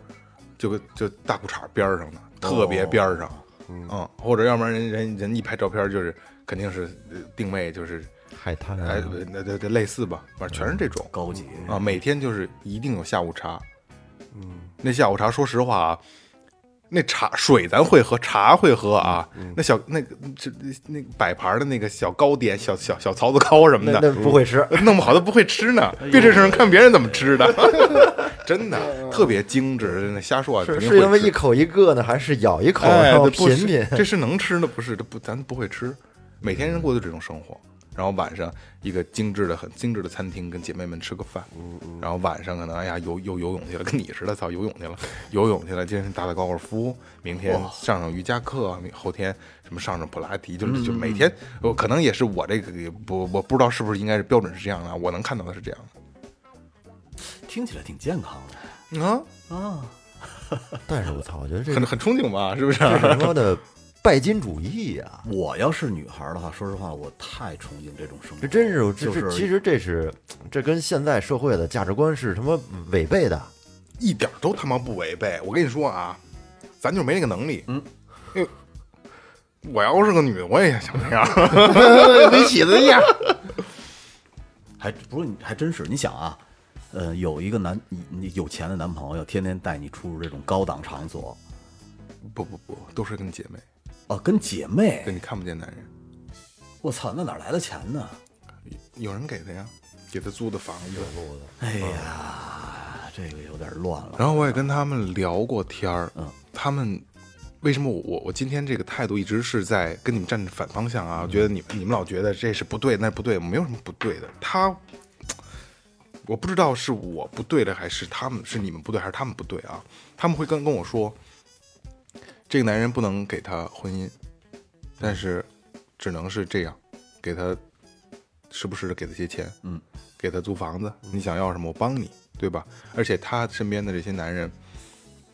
Speaker 3: 就就大裤衩边儿上
Speaker 2: 哦
Speaker 3: 的，特别边儿上，嗯，或者要不然人人人一拍照片儿就是肯定是呃定位就是
Speaker 2: 海滩啊
Speaker 3: 哎，那那那类似吧，反正全是这种。
Speaker 5: 高级
Speaker 2: 嗯
Speaker 3: 啊，每天就是一定有下午茶。嗯，那下午茶，说实话啊，那茶水咱会喝，茶会喝啊。
Speaker 2: 嗯
Speaker 3: 那小那个这那个摆盘的那个小糕点、小小小槽子糕什么
Speaker 2: 那
Speaker 3: 的，
Speaker 2: 那哎不会吃，
Speaker 3: [laughs] 弄不好都不会吃呢。别这事儿看别人怎么
Speaker 2: [laughs]
Speaker 3: 吃的，真的特别精致。真的瞎说啊，
Speaker 2: 嗯
Speaker 3: 肯
Speaker 2: 是
Speaker 3: 定
Speaker 2: 是因为
Speaker 3: 会
Speaker 2: 一
Speaker 3: 吃。
Speaker 2: 口一个呢，还是咬一口
Speaker 3: 哎，
Speaker 2: 然后
Speaker 3: 这不
Speaker 2: 品
Speaker 3: 是
Speaker 2: 品？
Speaker 3: 这是能吃的，不是？这不，咱不会吃。每天人过的这种生活，然后晚上一个精致的、很精致的餐厅，跟姐妹们吃个饭，
Speaker 2: 嗯
Speaker 3: 然后晚上可能哎呀游游游泳去了，跟你似的，操游泳去了，游泳去了，今天打打高尔夫，明天上上瑜伽课，明后天什么上上普拉提，
Speaker 2: 嗯
Speaker 3: 就是就每天，我可能也是我这个也不我不知道是不是应该是标准是这样的，啊我能看到的是这样
Speaker 5: 听起来挺健康的
Speaker 3: 的啊，
Speaker 5: 啊。
Speaker 2: 但是我操，我觉得
Speaker 3: [laughs]
Speaker 2: 这
Speaker 3: 很很憧憬吧，是不是？
Speaker 2: 这是他妈的拜金主义啊呀！
Speaker 5: 我要是女孩儿的话，说实话，我太崇敬这种生活。
Speaker 2: 这真是，这
Speaker 5: 就
Speaker 2: 这
Speaker 5: 是
Speaker 2: 其实这是这跟现在社会的价值观是他妈违背的。
Speaker 3: 一点都他妈不违背。我跟你说啊，咱就没那个能力。嗯，我要是个女的，我也想这样。
Speaker 4: [laughs] 没起子呀，
Speaker 5: 还不是你还真是，你想啊，呃，有一个男你你有钱的男朋友，天天带你出入这种高档场所，
Speaker 3: 不不不，都是跟姐妹，
Speaker 5: 啊，跟姐妹
Speaker 3: 对，你看不见男人，
Speaker 5: 我操，那哪来的钱呢？
Speaker 3: 有人给他呀，给他租的房子。
Speaker 5: 哎
Speaker 3: 嗯
Speaker 5: 呀，这个有点乱了。
Speaker 3: 然后我也跟他们聊过天儿，
Speaker 5: 嗯，
Speaker 3: 他们为什么我我我今天这个态度一直是在跟你们站反方向
Speaker 5: 嗯
Speaker 3: 啊？我觉得你你们老觉得这是不对，那不对，没有什么不对的。他我不知道是我不对了，还是他们是你们不对，还是他们不对啊？他们会跟跟我说，这个男人不能给他婚姻，但是只能是这样，给他时不时的给他些钱，
Speaker 5: 嗯，
Speaker 3: 给他租房子，你想要什么我帮你，对吧？而且他身边的这些男人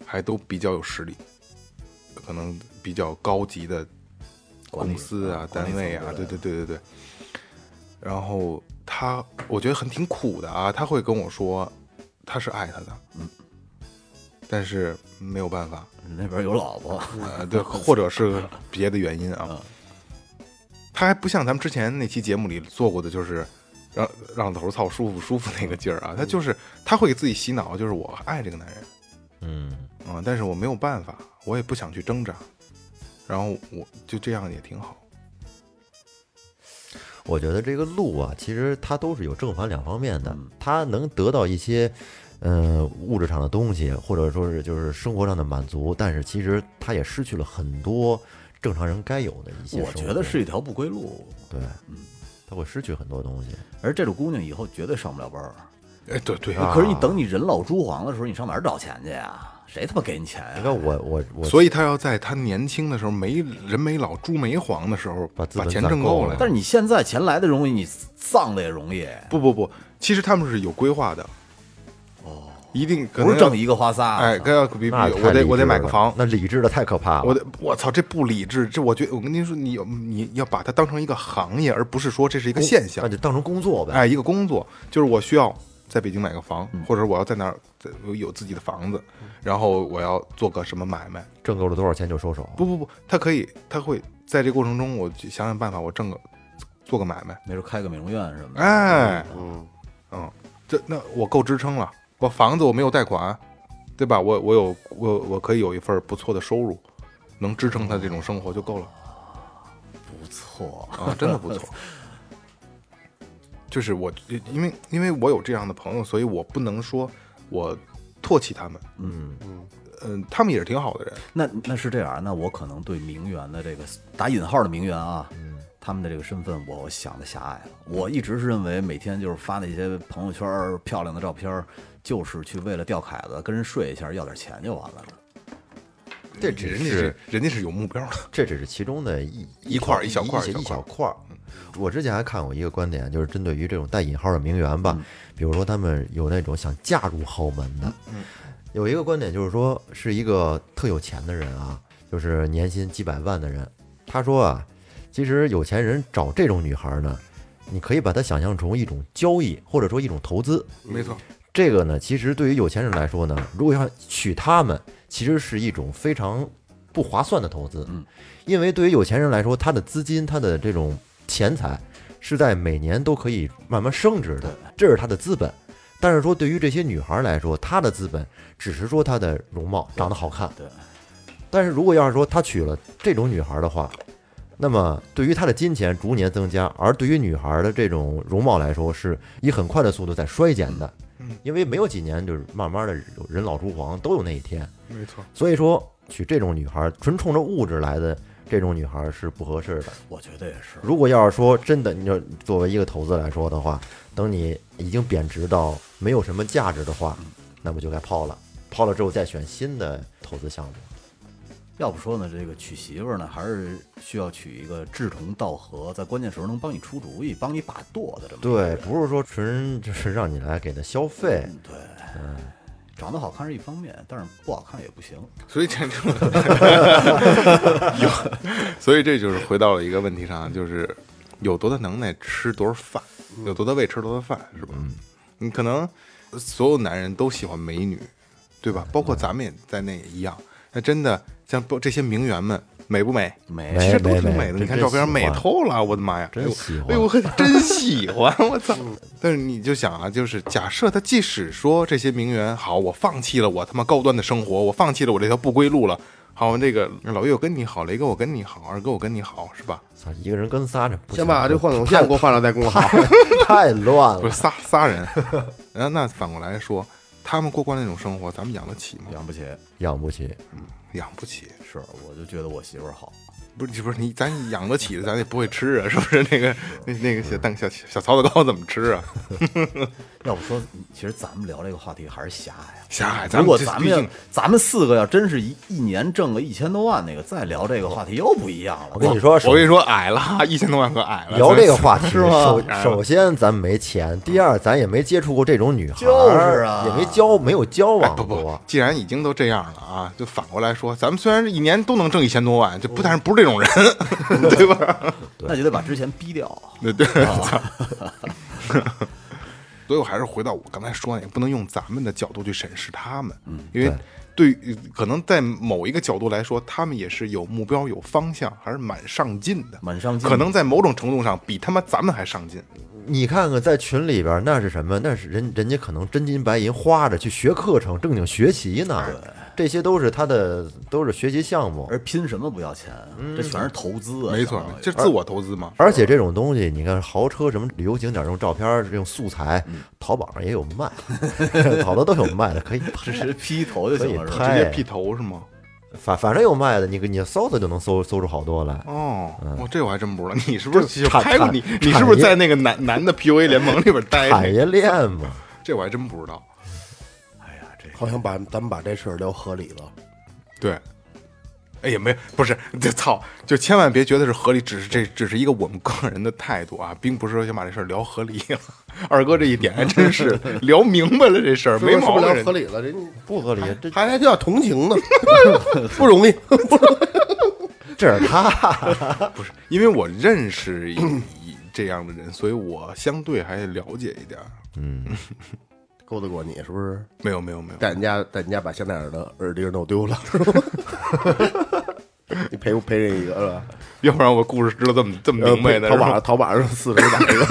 Speaker 3: 还都比较有实力，可能比较高级的
Speaker 5: 管理
Speaker 3: 公司啊、
Speaker 5: 管理
Speaker 3: 单位啊
Speaker 5: 层，
Speaker 3: 对
Speaker 5: 之类
Speaker 3: 对
Speaker 5: 的
Speaker 3: 对对对。然后他，我觉得很挺苦的啊，他会跟我说他是爱他的，嗯，但是没有办法，
Speaker 5: 那边有老婆，
Speaker 3: 呃，对，或者是别的原因
Speaker 2: 嗯
Speaker 3: 啊。他还不像咱们之前那期节目里做过的，就是让让头操舒服舒服那个劲儿啊，他就是他会给自己洗脑，就是我爱这个男人，
Speaker 2: 嗯，
Speaker 3: 啊、但是我没有办法，我也不想去挣扎，然后我就这样也挺好。
Speaker 2: 我觉得这个路啊，其实它都是有正反两方面的，
Speaker 3: 嗯
Speaker 2: 它能得到一些。呃，物质上的东西，或者说是就是生活上的满足，但是其实他也失去了很多正常人该有的一些生活。
Speaker 5: 我觉得是一条不归路。
Speaker 2: 对，
Speaker 3: 嗯
Speaker 2: 他会失去很多东西。
Speaker 5: 而这种姑娘以后绝对上不了班儿。
Speaker 3: 哎，对对
Speaker 2: 啊
Speaker 5: 可是你等你人老珠黄的时候，你上哪儿找钱去呀？啊谁他妈给你钱呀、
Speaker 2: 你看我我我，
Speaker 3: 所以他要在他年轻的时候没人没老猪没黄的时候
Speaker 2: 把资本
Speaker 3: 钱
Speaker 2: 攒
Speaker 3: 挣
Speaker 2: 够
Speaker 3: 够
Speaker 2: 了
Speaker 3: 了。
Speaker 5: 但是你现在钱来的容易，你葬的也容易，
Speaker 3: 不不不，其实他们是有规划的，哦，一定可能
Speaker 5: 不是
Speaker 3: 要
Speaker 5: 挣一个花仨。
Speaker 3: 哎，
Speaker 5: 啊我操
Speaker 3: 该要比比，
Speaker 2: 那
Speaker 3: 我
Speaker 2: 太
Speaker 3: 得
Speaker 2: 理
Speaker 3: 我得
Speaker 2: 智
Speaker 3: 买个
Speaker 2: 了
Speaker 3: 房，
Speaker 2: 那理智的太可怕了。
Speaker 3: 我的我操，这不理智！这我觉得，我跟您说，你有你要把它当成一个行业，而不是说这是一个现象
Speaker 2: 那。就当成工作呗。
Speaker 3: 哎，一个工作就是我需要在北京买个房，
Speaker 2: 嗯
Speaker 3: 或者我要在哪儿在有自己的房子，然后我要做个什么买卖。
Speaker 2: 挣够了多少钱就收手。
Speaker 3: 不不不，他可以，他会在这过程中，我就想想办法，我挣个做个买卖。
Speaker 5: 没准开个美容院什么的。
Speaker 3: 哎，
Speaker 4: 嗯，
Speaker 3: 嗯，这那我够支撑了。我房子我没有贷款，对吧？我我有我我可以有一份不错的收入，能支撑他这种生活就够了。
Speaker 5: 不错，
Speaker 3: 啊，真的不错。就是我，因为因为我有这样的朋友，所以我不能说我唾弃他们。
Speaker 5: 嗯
Speaker 3: 嗯、他们也是挺好的人。
Speaker 5: 那那是这样，啊那我可能对名媛的这个打引号的名媛啊，他们的这个身份，我想的狭隘了。我一直是认为每天就是发那些朋友圈儿漂亮的照片儿，就是去为了钓凯子，跟人睡一下，要点钱就完了。
Speaker 2: 这只
Speaker 3: 人
Speaker 2: 是
Speaker 3: 家是人家是有目标的。
Speaker 2: 这只是其中的一
Speaker 3: 一块儿一小块儿
Speaker 2: 一
Speaker 3: 一小
Speaker 2: 一
Speaker 3: 块儿嗯
Speaker 2: 小块儿。我之前还看过一个观点，就是针对于这种带引号的名媛
Speaker 3: 嗯
Speaker 2: 吧，比如说他们有那种想嫁入豪门的，
Speaker 3: 嗯
Speaker 2: 有一个观点就是说是一个特有钱的人啊，就是年薪几百万的人，他说啊，其实有钱人找这种女孩呢，你可以把它想象成一种交易，或者说一种投资。
Speaker 3: 没错，
Speaker 2: 这个呢，其实对于有钱人来说呢，如果要娶她们，其实是一种非常不划算的投资。
Speaker 5: 嗯，
Speaker 2: 因为对于有钱人来说，他的资金、他的这种钱财是在每年都可以慢慢升值的，这是他的资本。但是说对于这些女孩来说，她的资本只是说她的容貌长得好看。
Speaker 5: 对。
Speaker 2: 但是如果要是说他娶了这种女孩的话，那么对于他的金钱逐年增加，而对于女孩的这种容貌来说，是以很快的速度在衰减
Speaker 5: 嗯
Speaker 2: 的。因为没有几年，就是慢慢的人老珠黄，都有那一天。
Speaker 3: 没错。
Speaker 2: 所以说，娶这种女孩，纯冲着物质来的这种女孩是不合适的。
Speaker 5: 我觉得也是，
Speaker 2: 如果要是说真的，你就作为一个投资来说的话，等你已经贬值到没有什么价值的话， [laughs] 那么就该抛了。抛了之后再选新的投资项目。
Speaker 5: 要不说呢，这个娶媳妇儿呢，还是需要娶一个志同道合，在关键时候能帮你出主意、帮你把舵的这么一个
Speaker 2: 对，
Speaker 5: 人
Speaker 2: 不是说纯就是让你来给他消费，
Speaker 5: 对，长得好看是一方面，但是不好看也不行。
Speaker 3: 所
Speaker 2: [laughs]
Speaker 3: 以这有，所以这就是回到了一个问题上，就是有多大能耐吃多少饭，有多大胃吃多大饭，是
Speaker 2: 嗯
Speaker 3: 吧？你可能所有男人都喜欢美女，对吧？包
Speaker 2: 嗯
Speaker 3: 括咱们也在内也一样。那真的像不这些名媛们美不美？
Speaker 5: 没
Speaker 3: 其实都
Speaker 2: 美
Speaker 3: 挺
Speaker 2: 美
Speaker 3: 美的。
Speaker 2: 真
Speaker 3: 你看
Speaker 2: 真
Speaker 3: 照片
Speaker 2: 喜
Speaker 3: 美
Speaker 2: 欢
Speaker 3: 透了，我的妈呀！
Speaker 2: 真
Speaker 3: 哎呦
Speaker 2: 喜欢
Speaker 3: 哎呦，我可真喜欢， [laughs] 我操！但是你就想啊，就是假设他即使说这些名媛好，我放弃了我他妈高端的生活，我放弃了我这条不归路了。好，这个老岳我跟你好，雷哥我跟你好，二哥我跟你好，是吧？
Speaker 2: 操，一个人跟仨这不
Speaker 4: 先
Speaker 2: 行
Speaker 4: 把这
Speaker 2: 这 [laughs]
Speaker 4: 换总线给我换了再跟我好。
Speaker 2: 太乱
Speaker 3: 不
Speaker 2: 了
Speaker 3: 是。仨仨人，然后那反过来说，他们过惯那种生活，咱们养得起吗？
Speaker 5: 养不起，
Speaker 2: 养不起，
Speaker 3: 养不起，
Speaker 5: 是，我就觉得我媳妇儿好。
Speaker 3: 不是不是你，咱养得起的，咱也不会吃啊，是不是？那个那那个小蛋小小槽子糕怎么吃啊？
Speaker 5: 要不说，其实咱们聊这个话题还是狭隘。啊
Speaker 3: 狭隘，咱
Speaker 5: 如果
Speaker 3: 这
Speaker 5: 咱
Speaker 3: 毕
Speaker 5: 们要
Speaker 3: 竟
Speaker 5: 咱们四个要真是一一年挣个一千多万，那个再聊这个话题又不一样了。
Speaker 2: 我跟你说，
Speaker 3: 我跟你说，矮了，一千多万可矮了。
Speaker 2: 聊这个话题，
Speaker 3: 是吗哎
Speaker 2: 首？首先咱没钱，第二咱也没接触过这种女孩，
Speaker 5: 就是啊
Speaker 2: 也没交没有交
Speaker 3: 哎
Speaker 2: 往
Speaker 3: 不不
Speaker 2: 过，，
Speaker 3: 既然已经都这样了啊，就反过来说，咱们虽然一年都能挣一千多万，就
Speaker 5: 嗯
Speaker 3: 不但是不是这种人， [laughs] 对吧？
Speaker 5: 那就得把之前逼掉。
Speaker 3: 对对。
Speaker 5: 啊 [laughs]
Speaker 3: 操所以我还是回到我刚才说那个，不能用咱们的角度去审视他们，
Speaker 5: 嗯
Speaker 3: 因为对于可能在某一个角度来说，他们也是有目标、有方向，还是蛮上进的，
Speaker 5: 蛮上进的
Speaker 3: 可能在某种程度上比他妈咱们还上进。
Speaker 2: 你看看在群里边那是什么？那是人人家可能真金白银花着去学课程，正经学习呢，这些都是他的都是学习项目。
Speaker 5: 而拼什么不要钱啊？这全是投资啊！
Speaker 3: 嗯没错
Speaker 5: 相当，于
Speaker 3: 这是自我投资嘛。
Speaker 2: 而且这种东西，你看豪车什么旅游景点这种照片儿、这种素材，
Speaker 5: 嗯
Speaker 2: 淘宝上也有卖， [laughs] 好多都有卖的，可以拍
Speaker 5: [laughs] 只。 [laughs] 是劈头就行了，
Speaker 2: 可以拍
Speaker 5: 是吧？
Speaker 3: 直接
Speaker 2: 哎
Speaker 3: 剃头是吗？
Speaker 2: 反反正有卖的，你你搜搜就能搜搜出好多来。
Speaker 3: 哦，
Speaker 4: 嗯
Speaker 3: 我这我还真不
Speaker 4: [laughs]
Speaker 3: 知道，你是不是
Speaker 2: 这产
Speaker 3: 拍过你？
Speaker 2: 产
Speaker 3: 你是不
Speaker 2: 产
Speaker 3: 是
Speaker 2: 业
Speaker 3: 在那个
Speaker 4: [laughs]
Speaker 3: 男男的 PUA 联盟里边待
Speaker 2: 产
Speaker 3: 着？
Speaker 2: 业链嘛，
Speaker 3: 这我还真不知道。
Speaker 5: 哎呀，这
Speaker 4: 好像把咱们把这事儿聊合理了。
Speaker 3: 对，哎也没不是，这操，就千万别觉得是合理，只是这只是一个我们个人的态度啊，并不是说想把这事儿聊合理了。 [laughs] 二哥这一点还真
Speaker 4: [laughs]
Speaker 3: 是聊明白了这事儿，没
Speaker 4: 是不
Speaker 3: 毛病
Speaker 4: 是聊合
Speaker 3: 人。
Speaker 4: 理了，人家
Speaker 2: 不合理，这
Speaker 4: 还还叫同情呢，不容易。
Speaker 2: 这是他
Speaker 3: 不是，因为我认识一一这样的人，所以我相对还了解一点儿。
Speaker 4: 勾搭过你是不是？
Speaker 3: 没有没有
Speaker 4: [laughs]
Speaker 3: 没有，
Speaker 4: 在你家，在你家把香奈儿的耳钉弄 [laughs] 丢了，是吧？你赔不赔人一个是吧？呃
Speaker 3: 要不然我故事知道这么这么明白呢。
Speaker 4: 淘
Speaker 3: 是吧
Speaker 4: 宝上淘宝上四十打一个，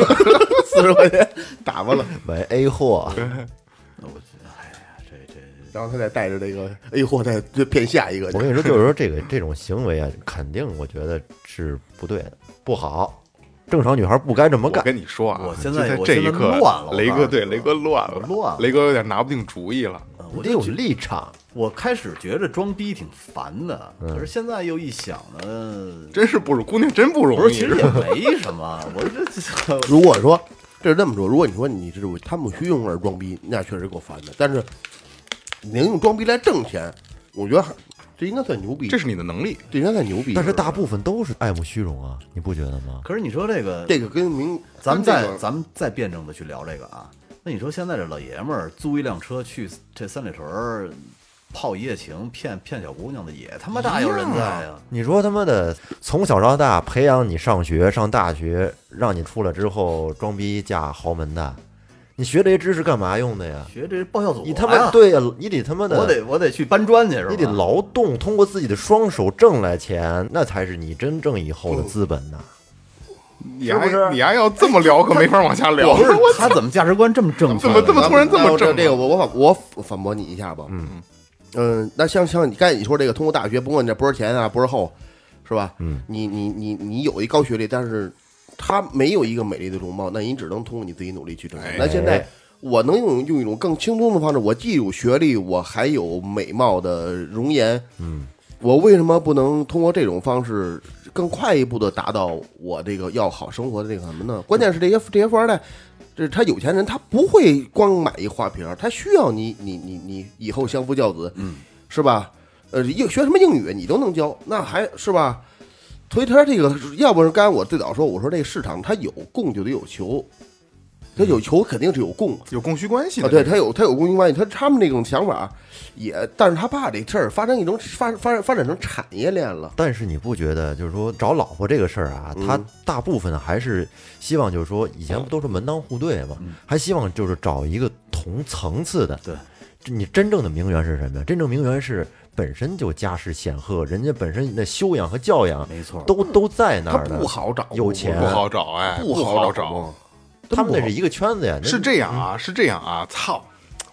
Speaker 4: 四十块钱打发了，
Speaker 2: 买 A 货，
Speaker 5: 那我觉得，哎呀，这这
Speaker 4: 然后他再带着这个 A 货再再骗下一个去
Speaker 2: 我。跟你说，就是说这个这种行为啊，肯定我觉得是不对的，不好。正常女孩不该这么
Speaker 3: 我
Speaker 2: 干。
Speaker 3: 跟你说啊，
Speaker 5: 我现
Speaker 3: 就
Speaker 5: 在
Speaker 3: 在
Speaker 5: 我
Speaker 3: 这
Speaker 5: 现
Speaker 3: 一
Speaker 5: 在
Speaker 3: 刻
Speaker 5: 乱了我
Speaker 3: 雷
Speaker 5: 告
Speaker 3: 哥
Speaker 5: 诉
Speaker 3: 对
Speaker 5: 你
Speaker 3: 雷哥乱了，
Speaker 5: 我乱了
Speaker 3: 雷哥有点拿不定主意了。
Speaker 5: 呃
Speaker 2: 你
Speaker 5: 我
Speaker 2: 得
Speaker 5: 就
Speaker 2: 有
Speaker 5: 觉
Speaker 2: 立场，
Speaker 5: 我开始觉着装逼挺烦的，
Speaker 3: 嗯
Speaker 5: 可是现在又一想呢，
Speaker 3: 真是不容，姑娘真不容易。
Speaker 5: 不是，其实也没什么，我这 [laughs]
Speaker 4: 如果说这是这么说，如果你说你这是他们虚用而装逼，那确实够烦的。但是你能用装逼来挣钱，我觉得还这应该算牛逼，
Speaker 3: 这是你的能力。
Speaker 4: 这应该算牛逼。
Speaker 2: 但是大部分都是爱慕虚荣啊，你不觉得吗？
Speaker 5: 可是你说这个，
Speaker 4: 这个跟明
Speaker 5: 咱
Speaker 4: 跟
Speaker 5: 们
Speaker 4: 这
Speaker 5: 再
Speaker 4: 个
Speaker 5: 咱们再辩证的去聊这个啊。那你说现在这老爷们儿租一辆车去这三里屯儿泡一夜情，骗骗小姑娘的也他妈大有人在呀、
Speaker 2: 你说他妈的，从小到大培养你上学、上大学，让你出来之后装逼嫁豪门的，你学这些知识干嘛用的呀？
Speaker 5: 学这报效祖国
Speaker 2: 你
Speaker 5: 呀、
Speaker 2: 他妈对呀、你得他妈的，
Speaker 5: 我得我得去搬砖去是吧？
Speaker 2: 你得劳动，通过自己的双手挣来钱，那才是你真正以后的资本呐、
Speaker 3: 你
Speaker 2: 是不
Speaker 3: 还
Speaker 2: 是
Speaker 3: 你还要这么聊，可没法往下聊。
Speaker 5: 哎不是他怎么价值观这么正确？
Speaker 3: 怎么这么突然这
Speaker 4: 那
Speaker 3: 么
Speaker 4: 我
Speaker 3: 正？
Speaker 4: 哦这个我我反我反驳你一下吧。嗯嗯，那像像你刚才你说这个，通过大学，甭管你这博士前啊，博士后，是吧？嗯，你你你你有一高学历，但是他没有一个美丽的容貌，那你只能通过你自己努力去挣钱
Speaker 3: 哎。
Speaker 4: 那现在我能用用一种更轻松的方式，我既有学历，我还有美貌的容颜，嗯，我为什么不能通过这种方式更快一步的达到我这个要好生活的这个什么呢？关键是这些这些富二代。这是他有钱人，他不会光买一花瓶儿，他需要你，你，你，你以后相夫教子，嗯，是吧？呃，英学什么英语你都能教，那还是吧？所以他这个，要不然刚才我最早说，我说这个市场它有供就得有求，它有求肯定是有供
Speaker 3: [laughs] 有供需关系
Speaker 4: 啊，
Speaker 3: 的。
Speaker 4: 对他有他有供应关系，他他们这种想法也，但是他怕这事儿发生一种发发发展成产业链了，
Speaker 2: 但是你不觉得，就是说找老婆这个事儿啊，他大部分还是希望，就是说以前不都是门当户对嘛，还希望就是找一个同层次的。
Speaker 5: 对
Speaker 2: 这，你真正的名媛是什么呀？真正名媛是本身就家世显赫，人家本身的修养和教养，
Speaker 5: 没错
Speaker 2: 都都在那
Speaker 4: 他
Speaker 2: 儿的。
Speaker 4: 不好找，
Speaker 2: 有钱
Speaker 3: 不好找哎，
Speaker 4: 不
Speaker 3: 好
Speaker 4: 找
Speaker 3: 找。
Speaker 4: 嘛，
Speaker 2: 他们那是一个圈子呀。那
Speaker 3: 是这样啊，是这样啊，操！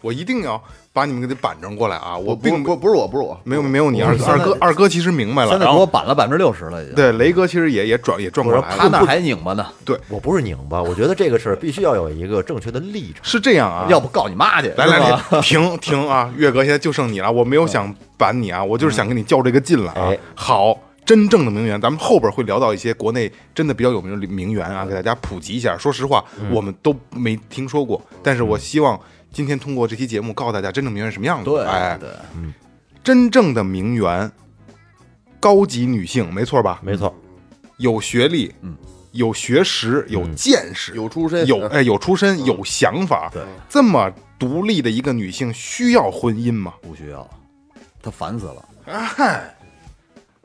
Speaker 3: 我一定要把你们给得板正过来啊！我
Speaker 4: 我不
Speaker 3: 并
Speaker 4: 不不是我不是我，
Speaker 3: 没有没有你二
Speaker 5: 现在
Speaker 3: 二哥二哥其实明白了，
Speaker 5: 现在
Speaker 3: 然
Speaker 5: 给我
Speaker 3: 后
Speaker 5: 板了百分之六十了已经。，
Speaker 3: 对雷哥其实也也转也转过来
Speaker 5: 他
Speaker 3: 了。
Speaker 5: 那还拧巴呢，
Speaker 2: 我不是拧巴，我觉得这个事儿必须要有一个正确的立场。
Speaker 3: 是这样啊，
Speaker 5: 要不告你妈去？
Speaker 3: 来来
Speaker 5: 是吧，
Speaker 3: 来，停停啊！岳哥，现在就剩你了，我没有想板你啊，我就是想跟你较这个劲了啊
Speaker 2: 哎。
Speaker 3: 好，真正的名媛，咱们后边会聊到一些国内真的比较有名的名媛啊，给大家普及一下。说实话，我们都没听说过，但是我希望今天通过这期节目告诉大家真正名媛是什么样子。哎
Speaker 5: 对，对，
Speaker 3: 真正的名媛，高级女性，没错吧？
Speaker 2: 没错，
Speaker 3: 有学历，
Speaker 5: 嗯，
Speaker 3: 有学识，有见识，
Speaker 4: 有出身呃
Speaker 3: 有哎有出身，有想法，
Speaker 5: 对，
Speaker 3: 这么独立的一个女性需要婚姻吗？
Speaker 5: 不需要，他烦死了。
Speaker 3: 哎，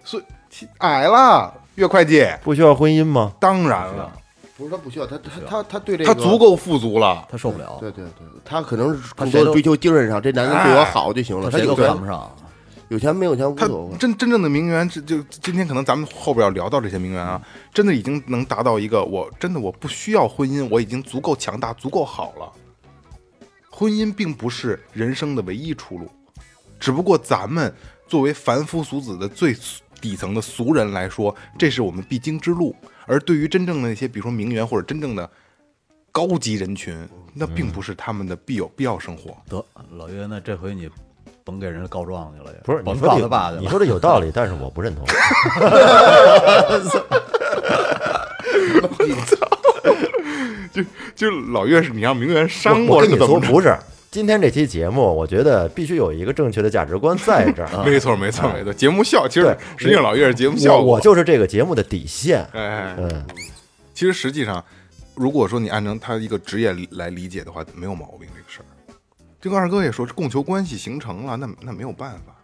Speaker 3: 所以其矮了，岳会计，
Speaker 2: 不需要婚姻吗？
Speaker 3: 当然了，
Speaker 4: 不是他不需要，他他他他对这个
Speaker 3: 她足够富足了。
Speaker 5: 他受不了，
Speaker 4: 对对对，他可能是更多
Speaker 5: 谁
Speaker 4: 的
Speaker 5: 都
Speaker 4: 追求精神上，这男人对我好就行了。他
Speaker 5: 他谁
Speaker 4: 有
Speaker 5: 都看不
Speaker 4: 钱
Speaker 5: 上。
Speaker 4: 有钱没有钱无
Speaker 3: 她
Speaker 4: 所谓。
Speaker 3: 真真正的名媛，这就今天可能咱们后边要聊到这些名媛啊，真的已经能达到一个我真的我不需要婚姻，我已经足够强大，足够好了。婚姻并不是人生的唯一出路，只不过咱们作为凡夫俗子的最底层的俗人来说，这是我们必经之路。而对于真正的那些，比如说名媛或者真正的高级人群，那并不是他们的必有必要生活。
Speaker 5: 得，老岳，那这回你甭给人家告状去了，也
Speaker 2: 不是，你
Speaker 5: 甭
Speaker 2: 说
Speaker 5: 告
Speaker 2: 的
Speaker 5: 他爸
Speaker 2: 有
Speaker 5: 去
Speaker 2: 你
Speaker 5: 了。
Speaker 2: 说的有道理，但是我不认同。
Speaker 3: 就就老岳是你让名媛伤
Speaker 2: 我
Speaker 3: 过了，
Speaker 2: 跟你
Speaker 3: 怎
Speaker 2: 说
Speaker 3: 么着。
Speaker 2: 不是，今天这期节目，我觉得必须有一个正确的价值观在这儿啊
Speaker 3: [laughs] 没错，没错，没错。节目效，其实
Speaker 2: 对
Speaker 3: 实际上老岳是节目嗯效
Speaker 2: 我
Speaker 3: 果。
Speaker 2: 我就是这个节目的底线。
Speaker 3: 哎哎，哎
Speaker 2: 嗯，
Speaker 3: 其实实际上，如果说你按照他一个职业来理解的话，没有毛病这个事儿。这个二哥也说，供求关系形成了，那那没有办法。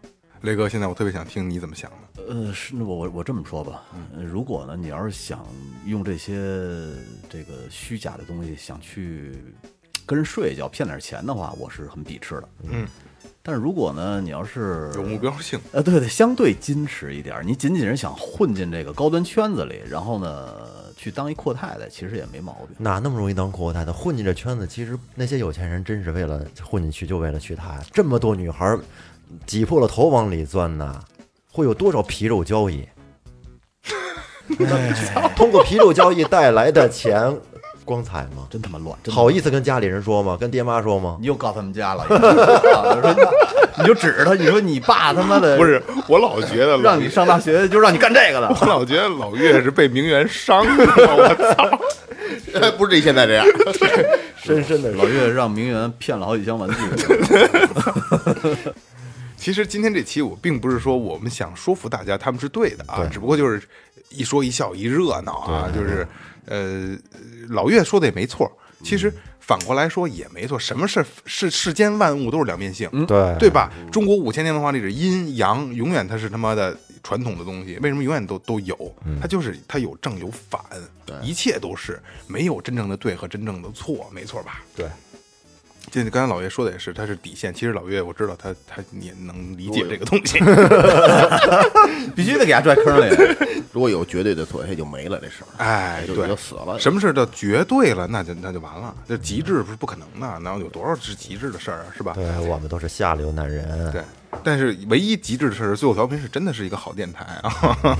Speaker 3: 雷哥，现在我特别想听你怎么想的。
Speaker 5: 呃，是那我我我这么说吧，
Speaker 2: 嗯
Speaker 5: 呃如果呢，你要是想用这些这个虚假的东西想去跟人睡一觉骗点钱的话，我是很鄙视的。
Speaker 3: 嗯，
Speaker 5: 但是如果呢，你要是
Speaker 2: 嗯
Speaker 3: 有目标性，
Speaker 5: 呃，对对，相对矜持一点儿。你仅仅是想混进这个高端圈子里，然后呢，去当一阔太太，其实也没毛病。
Speaker 2: 哪那么容易当阔太太？混进这圈子，其实那些有钱人真是为了混进去，就为了娶她。这么多女孩儿挤破了头往里钻呐，会有多少皮肉交
Speaker 3: [laughs]
Speaker 2: 易？哎通过皮肉交易带来的钱，光彩吗？
Speaker 5: 真他妈乱，真他妈
Speaker 2: 好意思跟家里人说吗？跟爹妈说吗？
Speaker 5: 你又告他们家了， [laughs] 啊你说你就指着他，你说你爸他妈的
Speaker 3: 不是我老觉得老
Speaker 5: 让你上大学就让你干这个的，
Speaker 3: [laughs] 我老觉得老岳是被名媛伤的，我操！
Speaker 4: [laughs] 不是现在这样，
Speaker 2: 深深的
Speaker 5: 老岳让名媛骗了好几箱玩具。
Speaker 3: [laughs] 其实今天这期我并不是说我们想说服大家他们是对的啊，只不过就是一说一笑一热闹啊，就是呃，老岳说的也没错，其实反过来说也没错，什么事是世间万物都是两面性，
Speaker 2: 对
Speaker 3: 对吧？中国五千年文化历史，阴阳永远它是他妈的传统的东西，为什么永远都都有？
Speaker 2: 嗯
Speaker 3: 它就是它有正有反，一切都是没有真正的对和真正的错，没错吧？
Speaker 2: 对，
Speaker 3: 就你刚才老岳说的也是，他是底线。其实老岳我知道他他也能理解这个东西，
Speaker 5: 必须得给他拽坑里。
Speaker 4: [laughs] 如果有绝对的错，也就没了这事儿，
Speaker 3: [laughs]
Speaker 2: [laughs]
Speaker 3: 哎，
Speaker 4: 就就
Speaker 3: 对。
Speaker 4: 死了。
Speaker 3: 什么事儿叫绝对了，那就那就完了，这极致不是不可能的，哪有多少是极致的事儿啊，是吧？
Speaker 2: 对我们都是下流男人。
Speaker 3: 对，但是唯一极致的事儿，最后调频是真的是一个好电台啊，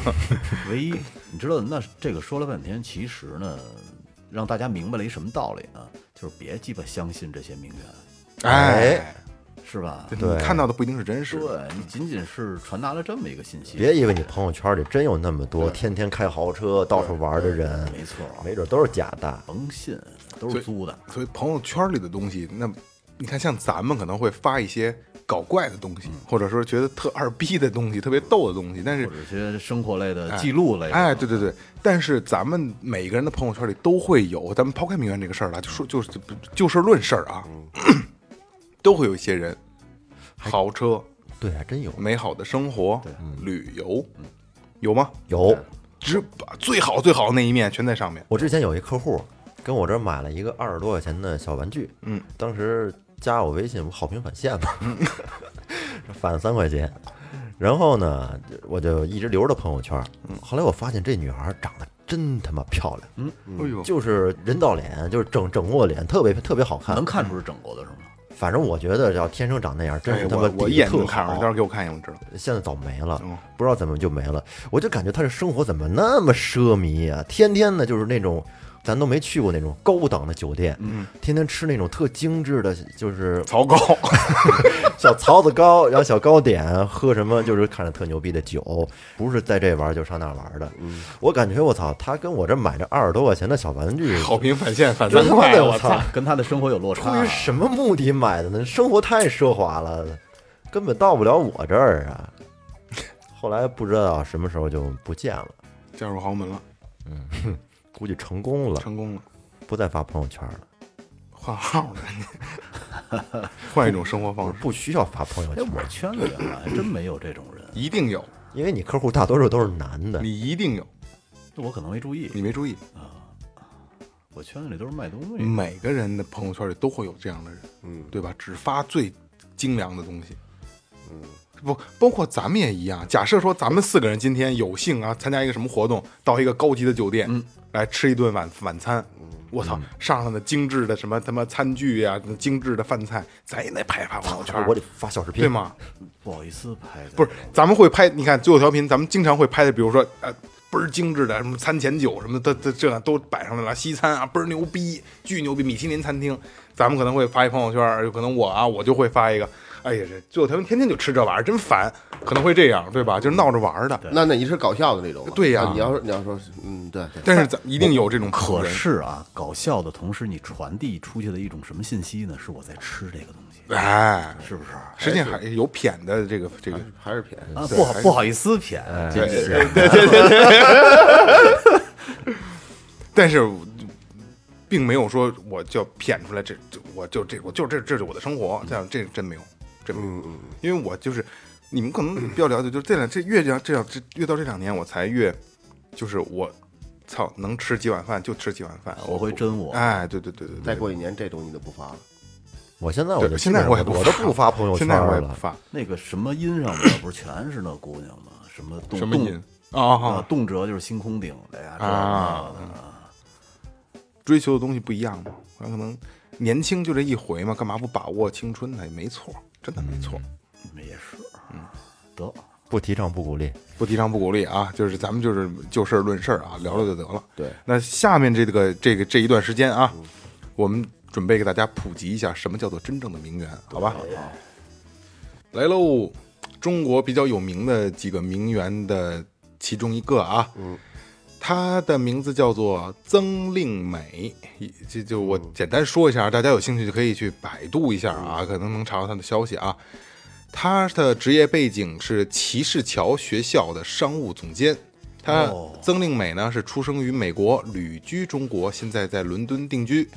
Speaker 5: 唯一你知道，那这个说了半天，其实呢，让大家明白了一什么道理呢？就是别鸡巴相信这些名媛，
Speaker 3: 哎，
Speaker 5: 是吧？
Speaker 3: 你看到的不一定是真实的，
Speaker 5: 对你仅仅是传达了这么一个信息，
Speaker 2: 别以为你朋友圈里真有那么多天天开豪车到处玩的人，
Speaker 5: 没错，
Speaker 2: 没准都是假的。
Speaker 5: 甭信，都是租的。
Speaker 3: 所以朋友圈里的东西，那你看，像咱们可能会发一些搞怪的东西，
Speaker 2: 嗯
Speaker 3: 或者说觉得特二逼的东西、特别逗的东西，但是
Speaker 5: 或。者些生活类的记录类的，
Speaker 3: 哎，对对对，但是咱们每个人的朋友圈里都会有，咱们抛开名媛这个事儿来，就说就是就就事论事儿啊，
Speaker 2: 嗯
Speaker 3: [clears throat] 都会有一些人，豪车、
Speaker 2: 对，
Speaker 3: 啊
Speaker 2: 还真有
Speaker 3: 美好的生活、旅游，
Speaker 2: 嗯
Speaker 3: 有吗？
Speaker 2: 有。
Speaker 3: 只把最好最好的那一面全在上面，
Speaker 2: 我之前有一客户跟我这儿买了一个二十多块钱的小玩具，
Speaker 3: 嗯，
Speaker 2: 当时加我微信，不好评返现嘛， [laughs] 返三块钱。然后呢，我就一直留着朋友圈。
Speaker 3: 嗯
Speaker 2: 后来我发现这女孩长得真他妈漂亮，嗯，
Speaker 3: 哎呦，
Speaker 2: 就是人造脸，就是整整过脸，特别特别好看
Speaker 5: 能。看出是整过的是吗？
Speaker 2: 反正我觉得要天生长那样，真
Speaker 3: 哎
Speaker 2: 是他妈
Speaker 3: 我我一眼
Speaker 2: 底子
Speaker 3: 就
Speaker 2: 特
Speaker 3: 看
Speaker 2: 好
Speaker 3: 上，待会。儿给我看一眼，我知道。
Speaker 2: 现在早没了
Speaker 3: 嗯，
Speaker 2: 不知道怎么就没了。我就感觉他这生活怎么那么奢靡啊？天天的就是那种咱都没去过那种高档的酒店，嗯，天天吃那种特精致的，就是
Speaker 3: 糟糕， [laughs]
Speaker 2: 小槽子糕， [laughs] 然后小糕点，喝什么就是看着特牛逼的酒，不是在这玩儿就上那玩儿的。我感觉我操，他跟我这买这二十多块钱的小玩具，
Speaker 3: 好啊评返 [laughs] 现返
Speaker 2: 真
Speaker 3: 三
Speaker 2: 的
Speaker 3: 块，
Speaker 2: 我
Speaker 3: 操！
Speaker 2: 操！
Speaker 5: 跟他的生活有落差
Speaker 2: 出
Speaker 3: 啊
Speaker 2: 于什么目的买的呢？生活太奢华了，根本到不了我这儿啊。后来不知道什么时候就不见了。
Speaker 3: 嫁入豪门了，
Speaker 2: 估计成功了，
Speaker 3: 成功了，
Speaker 2: 不再发朋友圈了，
Speaker 3: 换号了，换一种生活方式，
Speaker 2: 不需要发朋友
Speaker 5: 哎
Speaker 2: 圈，，
Speaker 5: 我圈里好像还真没有这种人，
Speaker 3: [laughs] 一定有，
Speaker 2: 因为你客户大多数都是男的，
Speaker 3: 你一定有，
Speaker 5: 我可能没注意。
Speaker 3: 你没注意，
Speaker 5: 我圈子里都是卖东西，
Speaker 3: 每个人的朋友圈里都会有这样的人，嗯，对吧？只发最精良的东西，嗯，不，包括咱们也一样。假设说咱们四个人今天有幸啊，参加一个什么活动，到一个高级的酒店，嗯，来吃一顿晚晚餐，我操，上上的精致的什么他妈餐具呀、精致的饭菜，咱也得拍一拍朋友 [laughs] 圈，
Speaker 2: 我得发小视频，
Speaker 3: 对？吗？
Speaker 5: 不好意思拍的。
Speaker 3: 不是，咱们会拍，你看最后调频，咱们经常会拍的，比如说呃倍儿精致的什么餐前酒什么的，这这都摆上来了，西餐啊倍儿牛逼，巨牛逼，米其林餐厅，咱们可能会发一朋友圈，有可能我啊我就会发一个，哎呀，这就他们天天就吃这玩意儿，真烦，可能会这样，对吧？就是闹着玩儿的。
Speaker 4: 那那你是搞笑的那种吧？
Speaker 3: 对呀
Speaker 4: 啊你要说你要说，嗯，对对，
Speaker 3: 但是咱一定有这种
Speaker 5: 可
Speaker 3: 人，
Speaker 5: 是啊，搞笑的同时，你传递出去的一种什么信息呢？是我在吃这个东西，
Speaker 3: 哎，
Speaker 5: 是不是？啊，
Speaker 3: 实际上还是有偏的这个这个。
Speaker 4: 还是便宜。
Speaker 5: 不好不好意思偏，
Speaker 3: 哎
Speaker 5: 这
Speaker 3: 但是并没有说我就要骗出来这，这我就这我就这这是我的生活，这样这真没有，真没有，因为我就是你们可能比较了解，就是这两这越这样这样这越到这两年我才越就是我操能吃几碗饭就吃几碗饭，
Speaker 5: 我会真我
Speaker 3: 哎，对对对对
Speaker 4: 再
Speaker 3: 对，
Speaker 4: 过一年，这东西就不发了。
Speaker 2: 我现在我就
Speaker 3: 对现在
Speaker 2: 我
Speaker 3: 我也不
Speaker 2: 我都
Speaker 3: 发
Speaker 2: 不发朋友圈
Speaker 3: 现在我也不
Speaker 2: 了，
Speaker 3: 发
Speaker 5: 那个什么音上面不是全是那姑娘吗？什么动
Speaker 3: 什么音
Speaker 5: 动啊
Speaker 3: 啊，，
Speaker 5: 动辄就是星空顶的呀，这
Speaker 3: 啊
Speaker 5: 那的
Speaker 3: 追求的东西不一样嘛，我可能年轻就这一回嘛，干嘛不把握青春呢？也没错，真的没错。嗯
Speaker 5: 你们也是，得
Speaker 2: 不提倡不鼓励。
Speaker 3: 不提倡不鼓励啊，就是咱们就是就事儿论事儿啊，聊聊就得了。
Speaker 4: 对，
Speaker 3: 那下面这个这个这一段时间啊，我们准备给大家普及一下什么叫做真正的名媛，好吧？好，来喽，中国比较有名的几个名媛的其中一个啊，嗯，她的名字叫做曾令美，一这就我简单说一下，啊大家有兴趣就可以去百度一下啊，可能能查到她的消息啊。他的职业背景是骑士桥学校的商务总监。他曾令美呢是出生于美国，旅居中国，现在在伦敦定居。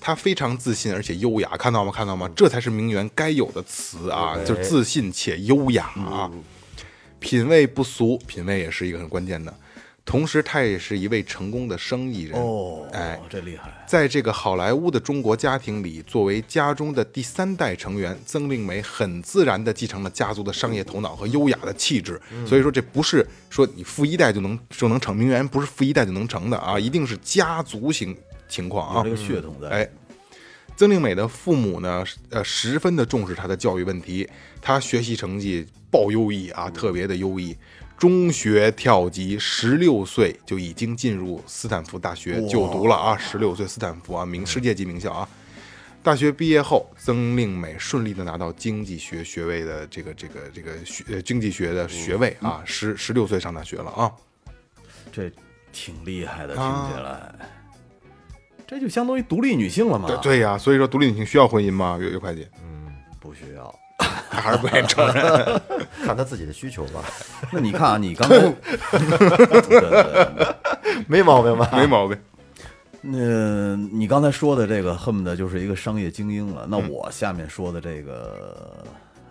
Speaker 3: 他非常自信而且优雅，看到吗？看到吗？这才是名媛该有的词啊，就是自信且优雅啊。品味不俗，品味也是一个很关键的。同时，他也是一位成功的生意人。
Speaker 5: 哦，
Speaker 3: 哎，
Speaker 5: 这厉害，
Speaker 3: 在这个好莱坞的中国家庭里，作为家中的第三代成员，曾令美很自然地继承了家族的商业头脑和优雅的气质。所以说，这不是说你富一代就能就能成名媛，不是富一代就能成的啊，一定是家族型情况啊。
Speaker 5: 有这个血统在，
Speaker 3: 哎，曾令美的父母呢，呃，十分的重视她的教育问题，她学习成绩爆优异啊，特别的优异。中学跳级，十六岁就已经进入斯坦福大学就读了啊！十六岁斯坦福啊，名世界级名校啊！大学毕业后，曾令美顺利的拿到经济学学位的这个这个这个学呃经济学的学位啊，十十六岁上大学了啊！
Speaker 5: 这挺厉害的，听起来，这就相当于独立女性了嘛？
Speaker 3: 对，对呀、所以说独立女性需要婚姻吗？岳岳会计，
Speaker 5: 不需要。
Speaker 3: 他 [laughs] 还是不愿意承认。
Speaker 2: 看他自己的需求吧，
Speaker 5: 那你看啊，你刚才对对对
Speaker 2: 没毛病
Speaker 3: [laughs]
Speaker 2: 吧？
Speaker 3: [laughs] 没毛病。
Speaker 5: 那你刚才说的这个，恨不得就是一个商业精英了。
Speaker 3: 嗯
Speaker 5: 那我下面说的这个，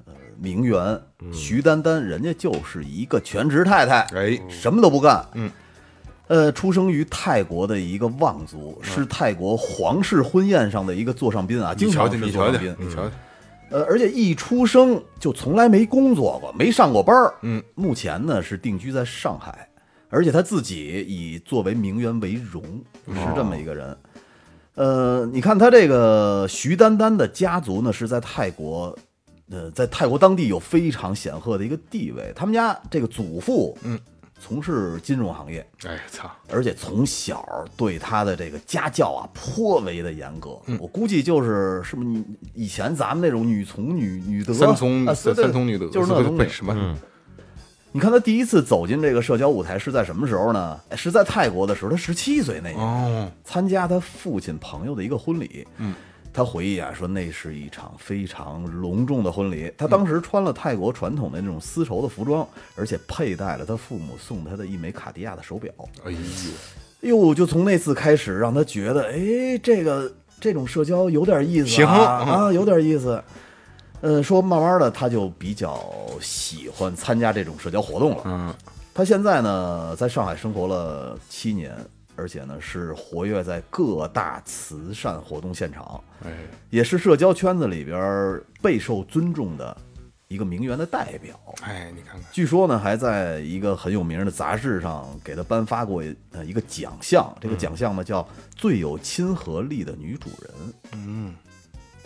Speaker 5: 呃，名媛
Speaker 3: 嗯
Speaker 5: 徐丹丹，人家就是一个全职太太，
Speaker 3: 哎，
Speaker 5: 什么都不干。
Speaker 3: 嗯，
Speaker 5: 呃，出生于泰国的一个望族，
Speaker 3: 嗯
Speaker 5: 是泰国皇室婚宴上的一个座上宾啊，经
Speaker 3: 你瞧
Speaker 5: 常
Speaker 3: 瞧，
Speaker 5: 是
Speaker 3: 你
Speaker 5: 座
Speaker 3: 瞧
Speaker 5: 上
Speaker 3: 瞧，
Speaker 5: 宾。
Speaker 3: 你瞧瞧，
Speaker 5: 呃，而且一出生就从来没工作过，没上过班儿。
Speaker 3: 嗯，
Speaker 5: 目前呢是定居在上海，而且他自己以作为名媛为荣，是这么一个人。呃，你看他这个徐丹丹的家族呢是在泰国，呃，在泰国当地有非常显赫的一个地位。他们家这个祖父，嗯，从事金融行业，
Speaker 3: 哎操，
Speaker 5: 而且从小对他的这个家教啊颇为的严格。
Speaker 3: 嗯
Speaker 5: 我估计就是是不是你以前咱们那种女从女女德
Speaker 3: 三从
Speaker 5: 啊
Speaker 3: 三
Speaker 5: 对
Speaker 3: 三从女德，
Speaker 5: 就是那种东
Speaker 3: 为
Speaker 5: 西。
Speaker 3: 什么？
Speaker 2: 嗯
Speaker 5: 你看他第一次走进这个社交舞台是在什么时候呢？哎是在泰国的时候，他十七岁那年。
Speaker 3: 哦，
Speaker 5: 参加他父亲朋友的一个婚礼。嗯，他回忆啊说，那是一场非常隆重的婚礼。他当时穿了泰国传统的那种丝绸的服装，而且佩戴了他父母送他的一枚卡地亚的手表。
Speaker 3: 哎呦，
Speaker 5: 哎呦，就从那次开始，让他觉得，哎，这个这种社交有点意思
Speaker 3: 行
Speaker 5: 啊，
Speaker 3: 嗯
Speaker 5: 啊，有点意思。呃，说慢慢的，他就比较喜欢参加这种社交活动了。
Speaker 3: 嗯，
Speaker 5: 他现在呢，在上海生活了七年，而且呢是活跃在各大慈善活动现场，
Speaker 3: 哎，
Speaker 5: 也是社交圈子里边儿备受尊重的一个名媛的代表。
Speaker 3: 哎，你看看，
Speaker 5: 据说呢，还在一个很有名的杂志上给她颁发过呃一个奖项，这个奖项呢叫最有亲和力的女主人。嗯，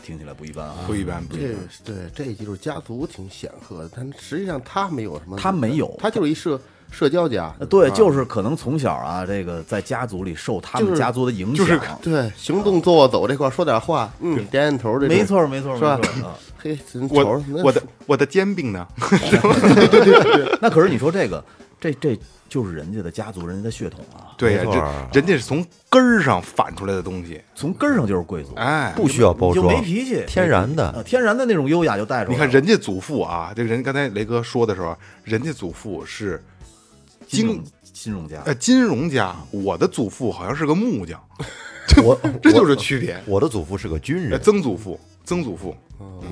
Speaker 5: 听起来不一般啊。
Speaker 3: 不一般，不一
Speaker 4: 这
Speaker 3: 般。
Speaker 4: 对这就是家族挺显赫的，但实际上他没有什么，
Speaker 5: 他没有
Speaker 4: 他就是一社社交家
Speaker 5: 呃，对，就是可能从小啊，这个在家族里受他
Speaker 4: 就
Speaker 5: 们
Speaker 4: 是
Speaker 5: 家族的影
Speaker 3: 就是
Speaker 5: 响，
Speaker 4: 对行动坐卧走这块儿说点话，嗯，点点头这种
Speaker 5: 没，错没错没
Speaker 4: 是吧
Speaker 5: 错。啊
Speaker 4: 嘿，真
Speaker 3: 我
Speaker 4: 瞅着那
Speaker 3: 我的我的煎饼呢？
Speaker 5: [laughs] 那可是你说这个，这这就是人家的家族，人家的血统啊，
Speaker 3: 对呀，
Speaker 2: 没错儿
Speaker 3: 这人家是从根儿上反出来的东西。
Speaker 5: 从根儿上就是贵族，
Speaker 3: 哎，
Speaker 2: 不需要包
Speaker 5: 你就
Speaker 2: 装，
Speaker 5: 没脾气，
Speaker 2: 天然的
Speaker 5: 啊，天然的那种优雅就带出来了。
Speaker 3: 你看人家祖父啊，这人刚才雷哥说的时候，人家祖父是
Speaker 5: 金
Speaker 3: 经
Speaker 5: 融金融家
Speaker 3: 呃，金融家，我的祖父好像是个木匠，
Speaker 2: 我
Speaker 3: [laughs] 这就是区别。
Speaker 2: 我的祖父是个军
Speaker 3: 呃
Speaker 2: 人，
Speaker 3: 曾祖父，曾祖父，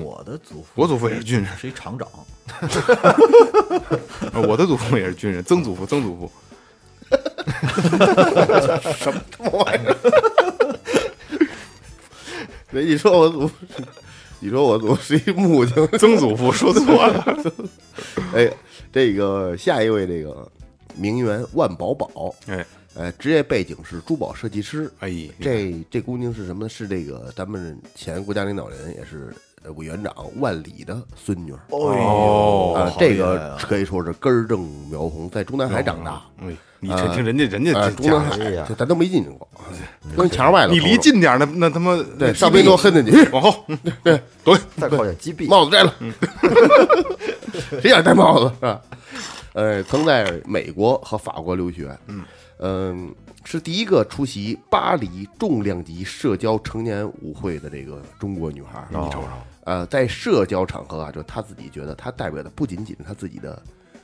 Speaker 5: 我的祖父，
Speaker 3: 嗯我祖父也是军人，
Speaker 5: 是一厂长，
Speaker 3: 呃我的祖父也是军人，曾祖父，曾祖父，
Speaker 4: 对你说我祖， [laughs] 你说我祖是一木匠， [laughs]
Speaker 3: 曾祖父说错了， [laughs]
Speaker 4: 哎，这个下一位这个名媛万宝宝，
Speaker 3: 哎
Speaker 4: 呃，职业背景是珠宝设计师。
Speaker 3: 哎，你看
Speaker 4: 这这姑娘是什么？是这个咱们前国家领导人也是呃委员长万里的孙女儿。
Speaker 5: 哎
Speaker 3: 哦
Speaker 4: 啊
Speaker 5: 好，
Speaker 4: 这
Speaker 5: 厉害
Speaker 4: 个
Speaker 5: 啊
Speaker 4: 可以说是根儿正苗红，在中南海长大。
Speaker 3: 哎，你听听人家人家
Speaker 4: 呃，
Speaker 3: 真
Speaker 4: 中南
Speaker 3: 假的，
Speaker 2: 哎
Speaker 4: 海
Speaker 2: 呀
Speaker 4: 这咱都没进去过，跟墙外头。
Speaker 3: 你离，近点儿，那那他妈
Speaker 4: 对，上边多恨的你，
Speaker 3: 往后，嗯对，
Speaker 2: 再靠点
Speaker 3: 嗯
Speaker 2: 击毙，
Speaker 4: [laughs] 帽子
Speaker 3: [laughs]
Speaker 4: 摘了，谁想戴帽子是吧？呃，曾在美国和法国留学，嗯是第一个出席巴黎重量级社交成年舞会的这个中国女孩儿。
Speaker 3: 你瞅瞅，
Speaker 4: 呃，在社交场合啊，就她自己觉得她代表的不仅仅是她自己的，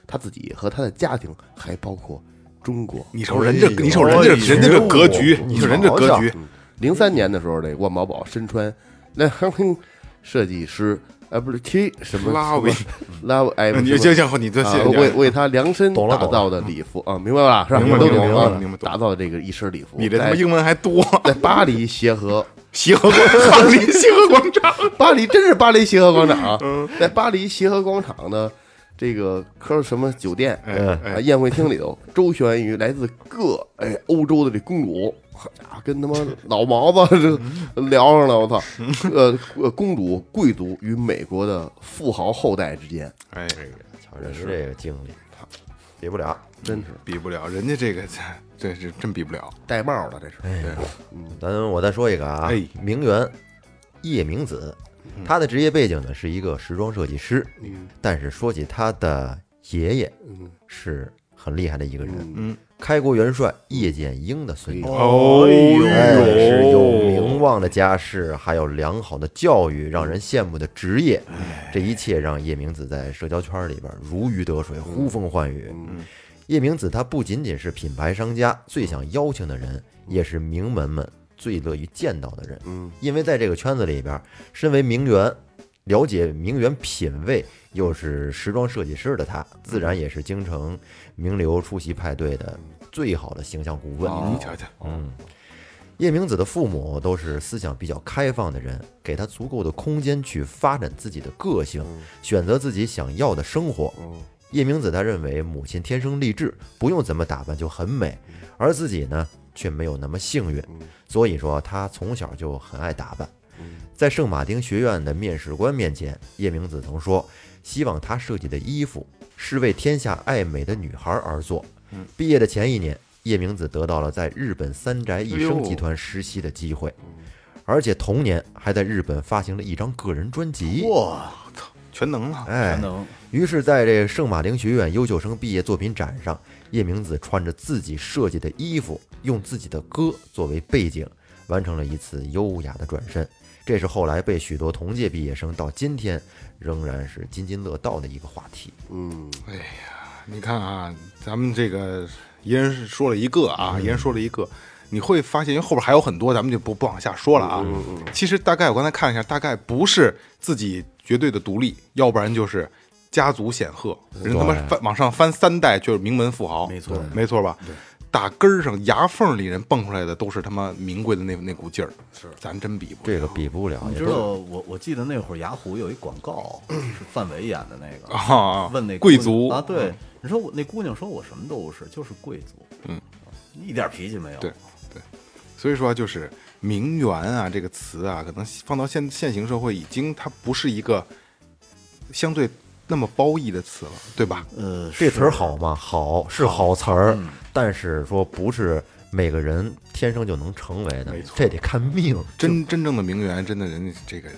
Speaker 4: 她自己和她的家庭，还包括中国。
Speaker 3: 你瞅人家，
Speaker 2: 哎呦
Speaker 3: 你瞅人家，人家这格局，
Speaker 2: 你
Speaker 3: 瞅人家格局，
Speaker 4: 零三年的时候，这万宝宝身穿那 [laughs] 设计师啊，不是 T 什么
Speaker 3: 拉维
Speaker 4: 什么拉维哎，不
Speaker 3: [laughs]
Speaker 4: 是
Speaker 3: 嗯你行行，你这
Speaker 4: 啊
Speaker 3: 谢谢你
Speaker 4: 为
Speaker 3: 啊，
Speaker 4: 为他量身
Speaker 2: 懂了
Speaker 4: 打造的礼服啊，明白吧？是吧？
Speaker 3: 明白
Speaker 4: 都
Speaker 3: 明白
Speaker 4: 懂啊
Speaker 3: 明白明白懂
Speaker 4: 打造的这个一身礼服，
Speaker 3: 你这他妈
Speaker 4: 在
Speaker 3: 英文还多，
Speaker 4: 在巴黎协和，
Speaker 3: 协和广巴黎协和广场，
Speaker 4: [laughs] 巴黎真是巴黎协和广场啊，
Speaker 3: 嗯
Speaker 4: 在巴黎协和广场的这个科什么酒店
Speaker 3: 哎
Speaker 4: 啊
Speaker 3: 哎，
Speaker 4: 宴会厅里头，周旋于来自各哎欧洲的这公主，好家伙，跟他妈老毛子这聊上了，我
Speaker 3: [laughs]
Speaker 4: 操！呃，呃公主贵族与美国的富豪后代之间，
Speaker 3: 哎，
Speaker 2: 瞧人家这个经历，比不了。
Speaker 4: 真是
Speaker 3: 比不了，人家这个这这真比不了，
Speaker 4: 戴帽的这是。
Speaker 2: 咱我再说一个啊
Speaker 3: 哎，嗯
Speaker 2: 名媛叶明子，她的职业背景呢是一个时装设计师，
Speaker 4: 嗯
Speaker 2: 但是说起她的爷爷，是很厉害的一个人，
Speaker 3: 嗯，
Speaker 2: 开国元帅叶剑英的孙女。
Speaker 3: 哦呦
Speaker 2: 哎是有名望的家世，还有良好的教育，让人羡慕的职业，
Speaker 3: 哎
Speaker 2: 这一切让叶明子在社交圈里边如鱼得
Speaker 3: 嗯
Speaker 2: 水，呼风唤雨。叶明子她不仅仅是品牌商家最想邀请的
Speaker 3: 嗯
Speaker 2: 人，也是名门们最乐于见到的人。
Speaker 4: 嗯，
Speaker 2: 因为在这个圈子里边，身为名媛，了解名媛品味，又是时装设计师的她，自然也是京城名流出席派对的最好的形象顾问。
Speaker 3: 你瞧瞧，
Speaker 2: 嗯，叶明子的父母都是思想比较开放的人，给她足够的空间去发展自己的个性，选择自己想要的生活。叶明子她认为母亲天生丽质，不用怎么打扮就很美，而自己呢却没有那么幸运，所以说她从小就很爱打扮。在圣马丁学院的面试官面前，叶明子曾说，希望她设计的衣服是为天下爱美的女孩而做。毕业的前一年，叶明子得到了在日本三宅一生集团实习的机会，而且同年还在日本发行了一张个人专辑。
Speaker 5: 哇，
Speaker 3: 全能啊了，
Speaker 2: 哎
Speaker 5: 全，能
Speaker 2: 于是在这个圣马丁学院优秀生毕业作品展上，叶明子穿着自己设计的衣服，用自己的歌作为背景，完成了一次优雅的转身。这是后来被许多同届毕业生到今天仍然是津津乐道的一个话题。
Speaker 4: 嗯，
Speaker 3: 你看啊，咱们这个一人说了一个啊，
Speaker 5: 嗯
Speaker 3: 一人说了一个，你会发现，因为后边还有很多，咱们就不不往下说了啊。
Speaker 5: 嗯
Speaker 3: 其实大概我刚才看了一下，大概不是自己绝对的独立，要不然就是家族显赫，人他妈翻往上翻三代就是名门富豪，
Speaker 5: 嗯没错
Speaker 3: 没错吧？打根儿上牙缝里人蹦出来的都是他妈名贵的那那股劲儿，是咱真比不了
Speaker 2: 这个比不了，
Speaker 5: 你
Speaker 2: 也
Speaker 5: 知
Speaker 2: 都
Speaker 5: 道我我记得那会儿雅虎有一广
Speaker 3: [laughs]
Speaker 5: 告，是范伟演的那个，
Speaker 3: 啊。
Speaker 5: 问那姑
Speaker 3: 贵
Speaker 5: 娘
Speaker 3: 族嗯
Speaker 5: 啊，，对，你说我那姑娘说我什么都不是，就是贵族，嗯，一点脾气没有，
Speaker 3: 对所以说就是名媛啊这个词啊，可能放到现现行社会，已经它不是一个相对那么褒义的词了，对吧？
Speaker 5: 呃，
Speaker 2: 这词儿
Speaker 5: 是
Speaker 2: 好吗？好是好词儿，
Speaker 5: 嗯
Speaker 2: 但是说不是每个人天生就能成为的，这得看命。
Speaker 3: 真真正的名媛，真的人家这个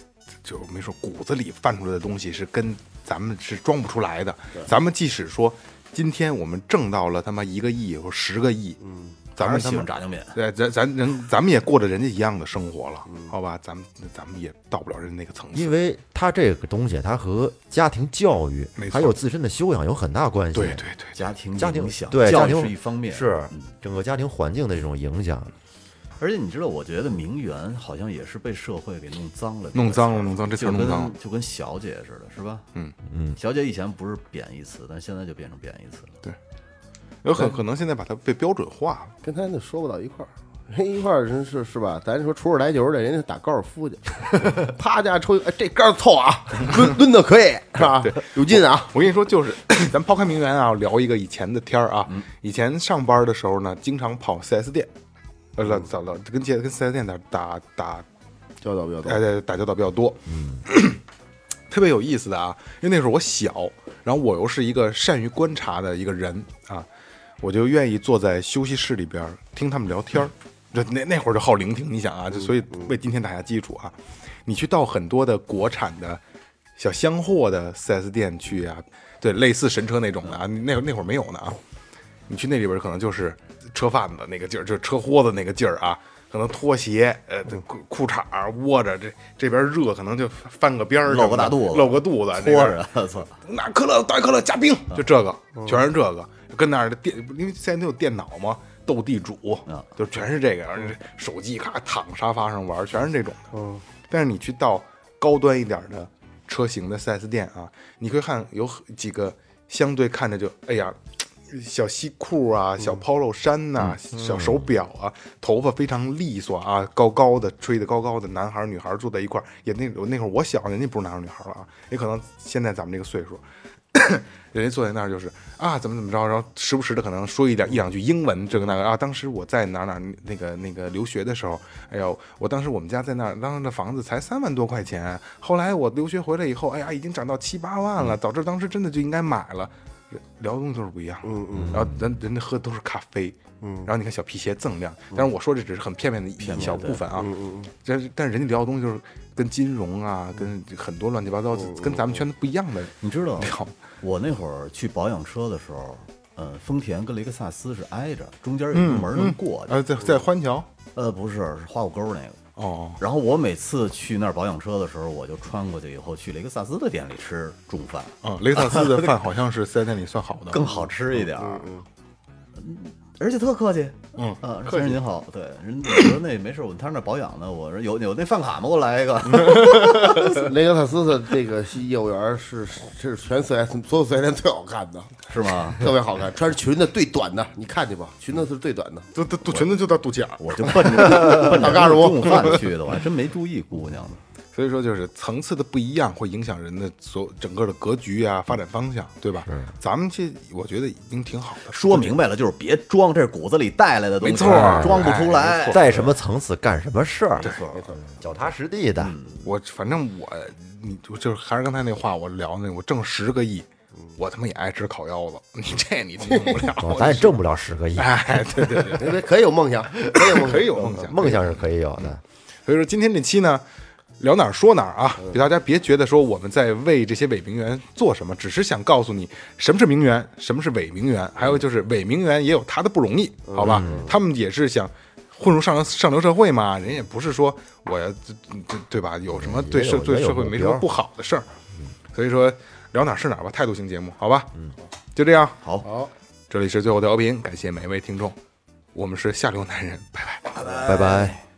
Speaker 3: 就没说骨子里泛出来的东西是跟咱们是装不出来的。咱们即使说今天我们挣到了他妈一个亿或十个亿，嗯，咱
Speaker 5: 还
Speaker 3: 们
Speaker 5: 是
Speaker 3: 他
Speaker 5: 喜
Speaker 3: 妈
Speaker 5: 欢炸酱面。
Speaker 3: 对，咱咱人咱们也过着人家一样的生活了，好吧？咱们咱们也到不了人家那个层次。
Speaker 2: 因为它这个东西，它和家庭教育
Speaker 3: 没错
Speaker 2: 还有自身的修养有很大关系。
Speaker 3: 对对对，
Speaker 5: 家庭
Speaker 2: 家庭
Speaker 5: 影响，
Speaker 2: 对家
Speaker 5: 教育
Speaker 2: 庭
Speaker 5: 是一方面，
Speaker 2: 是
Speaker 4: 嗯
Speaker 2: 整个家庭环境的这种影响。
Speaker 5: 而且你知道，我觉得名媛好像也是被社会给弄脏了，
Speaker 3: 弄脏了，弄脏这词
Speaker 5: 就
Speaker 3: 儿弄
Speaker 5: 跟
Speaker 3: 脏了。
Speaker 5: 就跟小姐似的，是吧？嗯嗯，小姐以前不是贬义词，但现在就变成贬义词
Speaker 3: [laughs]
Speaker 5: 了。
Speaker 3: 对，有很可能现在把它被标准化了。
Speaker 4: 跟他那说不到一块儿。人一块儿真是是吧？咱说出手来球的，人家打高尔夫去， [laughs] 啪家抽一，哎，这杆儿凑啊，抡抡的可以是吧？有劲啊！
Speaker 3: 我跟你说，就是 [clears throat] 咱抛开名媛啊，聊一个以前的天儿啊。以前上班的时候呢，经常跑 4S 店，呃，老早老跟街跟 4S 店打打打
Speaker 4: 教导不教导？
Speaker 3: 呃 [laughs] 打交道比较多。嗯， [clears throat] 特别有意思的啊，因为那时候我小，然后我又是一个善于观察的一个人啊，我就愿意坐在休息室里边儿听他们聊天儿。这那那会儿就好聆听，你想啊，就所以
Speaker 5: 嗯
Speaker 3: 为今天打下基础啊。你去到很多的国产的小箱货的 4S 店去啊，对，类似神车那种的啊，
Speaker 5: 嗯
Speaker 3: 那那会儿没有呢啊。你去那里边可能就是车贩子那个劲儿，就是车豁子那个劲儿啊，可能拖鞋、呃
Speaker 5: 嗯
Speaker 3: 这裤裤衩儿窝着，这这边热，可能就翻个边儿什么的，
Speaker 5: 露个大肚子
Speaker 3: 露个肚子，这边
Speaker 5: 托着，哎
Speaker 3: [laughs]
Speaker 5: 我操！
Speaker 3: 那可乐打可乐加冰，嗯就这个，全是这个，跟那儿的电，因为现在都有电脑嘛，斗地主
Speaker 5: 啊，
Speaker 3: 就全是这个，然后这手机咔躺沙发上玩，全是这种的。但是你去到高端一点的车型的 4S 店啊，你会看有很几个相对看着就哎呀，小西裤啊，小 polo 衫呐、小手表啊，头发非常利索啊，高高的吹得高高的，男孩儿女孩儿坐在一块儿，也那那会儿我小，人家不是男孩儿女孩儿了啊，也可能现在咱们这个岁数。人家坐在那儿就是啊，怎么怎么着，然后时不时的可能说一点一两句英文，这个那个啊。当时我在哪儿哪儿那个那个留学的时候，哎呦，我当时我们家在那儿，当时的房子才三万多块钱，后来我留学回来以后，哎呀，已经涨到七八万了，早知道当时真的就应该买了。聊的东西都是不一样，嗯嗯，然后人人家喝的都是咖啡，嗯，然后你看小皮鞋锃亮，但是我说这只是很片面的一小部分啊，嗯嗯，但是但是人家聊的东西就是跟金融啊，跟很多乱七八糟，跟咱们圈子不一样的
Speaker 5: 你知道
Speaker 3: 聊，
Speaker 5: 我那会儿去保养车的时候，呃，丰田跟雷克萨斯是挨着，中间有一个门能过去。
Speaker 3: 呃，在在欢桥，
Speaker 5: 呃，不是，是花果沟那个。
Speaker 3: 哦，
Speaker 5: 然后我每次去那儿保养车的时候，我就穿过去以后去雷克萨斯的店里吃中饭，
Speaker 3: 啊，雷克萨斯的饭好像是在那里算好的，
Speaker 5: [laughs] 更好吃一点儿。嗯，而且特客气。
Speaker 3: 嗯
Speaker 5: 啊，
Speaker 3: 客
Speaker 5: 先
Speaker 3: 气
Speaker 5: 生您好，对，人我说那没事，我他那儿保养呢，我说有有那饭卡吗？给我来一个。
Speaker 4: 雷克萨斯的这个业务员是是全四 S 所有四 S 店最好看的，
Speaker 5: 是吗？
Speaker 4: 特别好看，穿着裙子最短的，你看去吧，裙子是最短的。
Speaker 3: 都都都裙子就到肚脐眼儿。
Speaker 5: 我就奔着奔着
Speaker 4: 大嘎
Speaker 5: 中
Speaker 4: 噜
Speaker 5: 午饭去的，我还真没注意姑娘呢。
Speaker 3: 所以说，就是层次的不一样，会影响人的所整个的格局啊，发展方向，对吧？咱们这我觉得已经挺好的。
Speaker 5: 说明白了，就是别装，这是骨子里带来的东西，
Speaker 3: 没错儿
Speaker 5: 装不出
Speaker 3: 哎
Speaker 5: 来。
Speaker 2: 在什么层次干什么事儿，
Speaker 4: 没错，嗯
Speaker 2: 脚踏实地的。
Speaker 3: 我反正我，你就就是还是刚才那话，我聊那我挣十个亿，我他妈也爱吃烤腰子，你这你弄不
Speaker 2: 哦
Speaker 3: 了。
Speaker 2: 咱也挣不了十个亿，
Speaker 3: [laughs] 哎，对对对，
Speaker 4: 因为可以有梦想，可以有梦
Speaker 3: 可
Speaker 4: 想
Speaker 3: 以。有梦想，
Speaker 2: 梦想是可以有的。
Speaker 3: 所以说今天这期呢，聊哪儿说哪儿啊，
Speaker 2: 嗯
Speaker 3: 给大家别觉得说我们在为这些伪名媛做什么，只是想告诉你什么是名媛，什么是伪名媛，
Speaker 2: 嗯
Speaker 3: 还有就是伪名媛也有她的不容易，好吧？他们也是想。混入上流上流社会嘛，人也不是说我要这这对吧？有什么对社
Speaker 2: 也有
Speaker 3: 对
Speaker 2: 也有
Speaker 3: 社会
Speaker 2: 目
Speaker 3: 没什
Speaker 2: 标嗯
Speaker 3: 么不好的事儿，所以说聊哪儿是哪儿吧，态度型节目，好吧？嗯，就这样，
Speaker 5: 好，
Speaker 3: 这里是最后调频，感谢每一位听众，我们是下流男人，拜拜。
Speaker 2: 拜拜。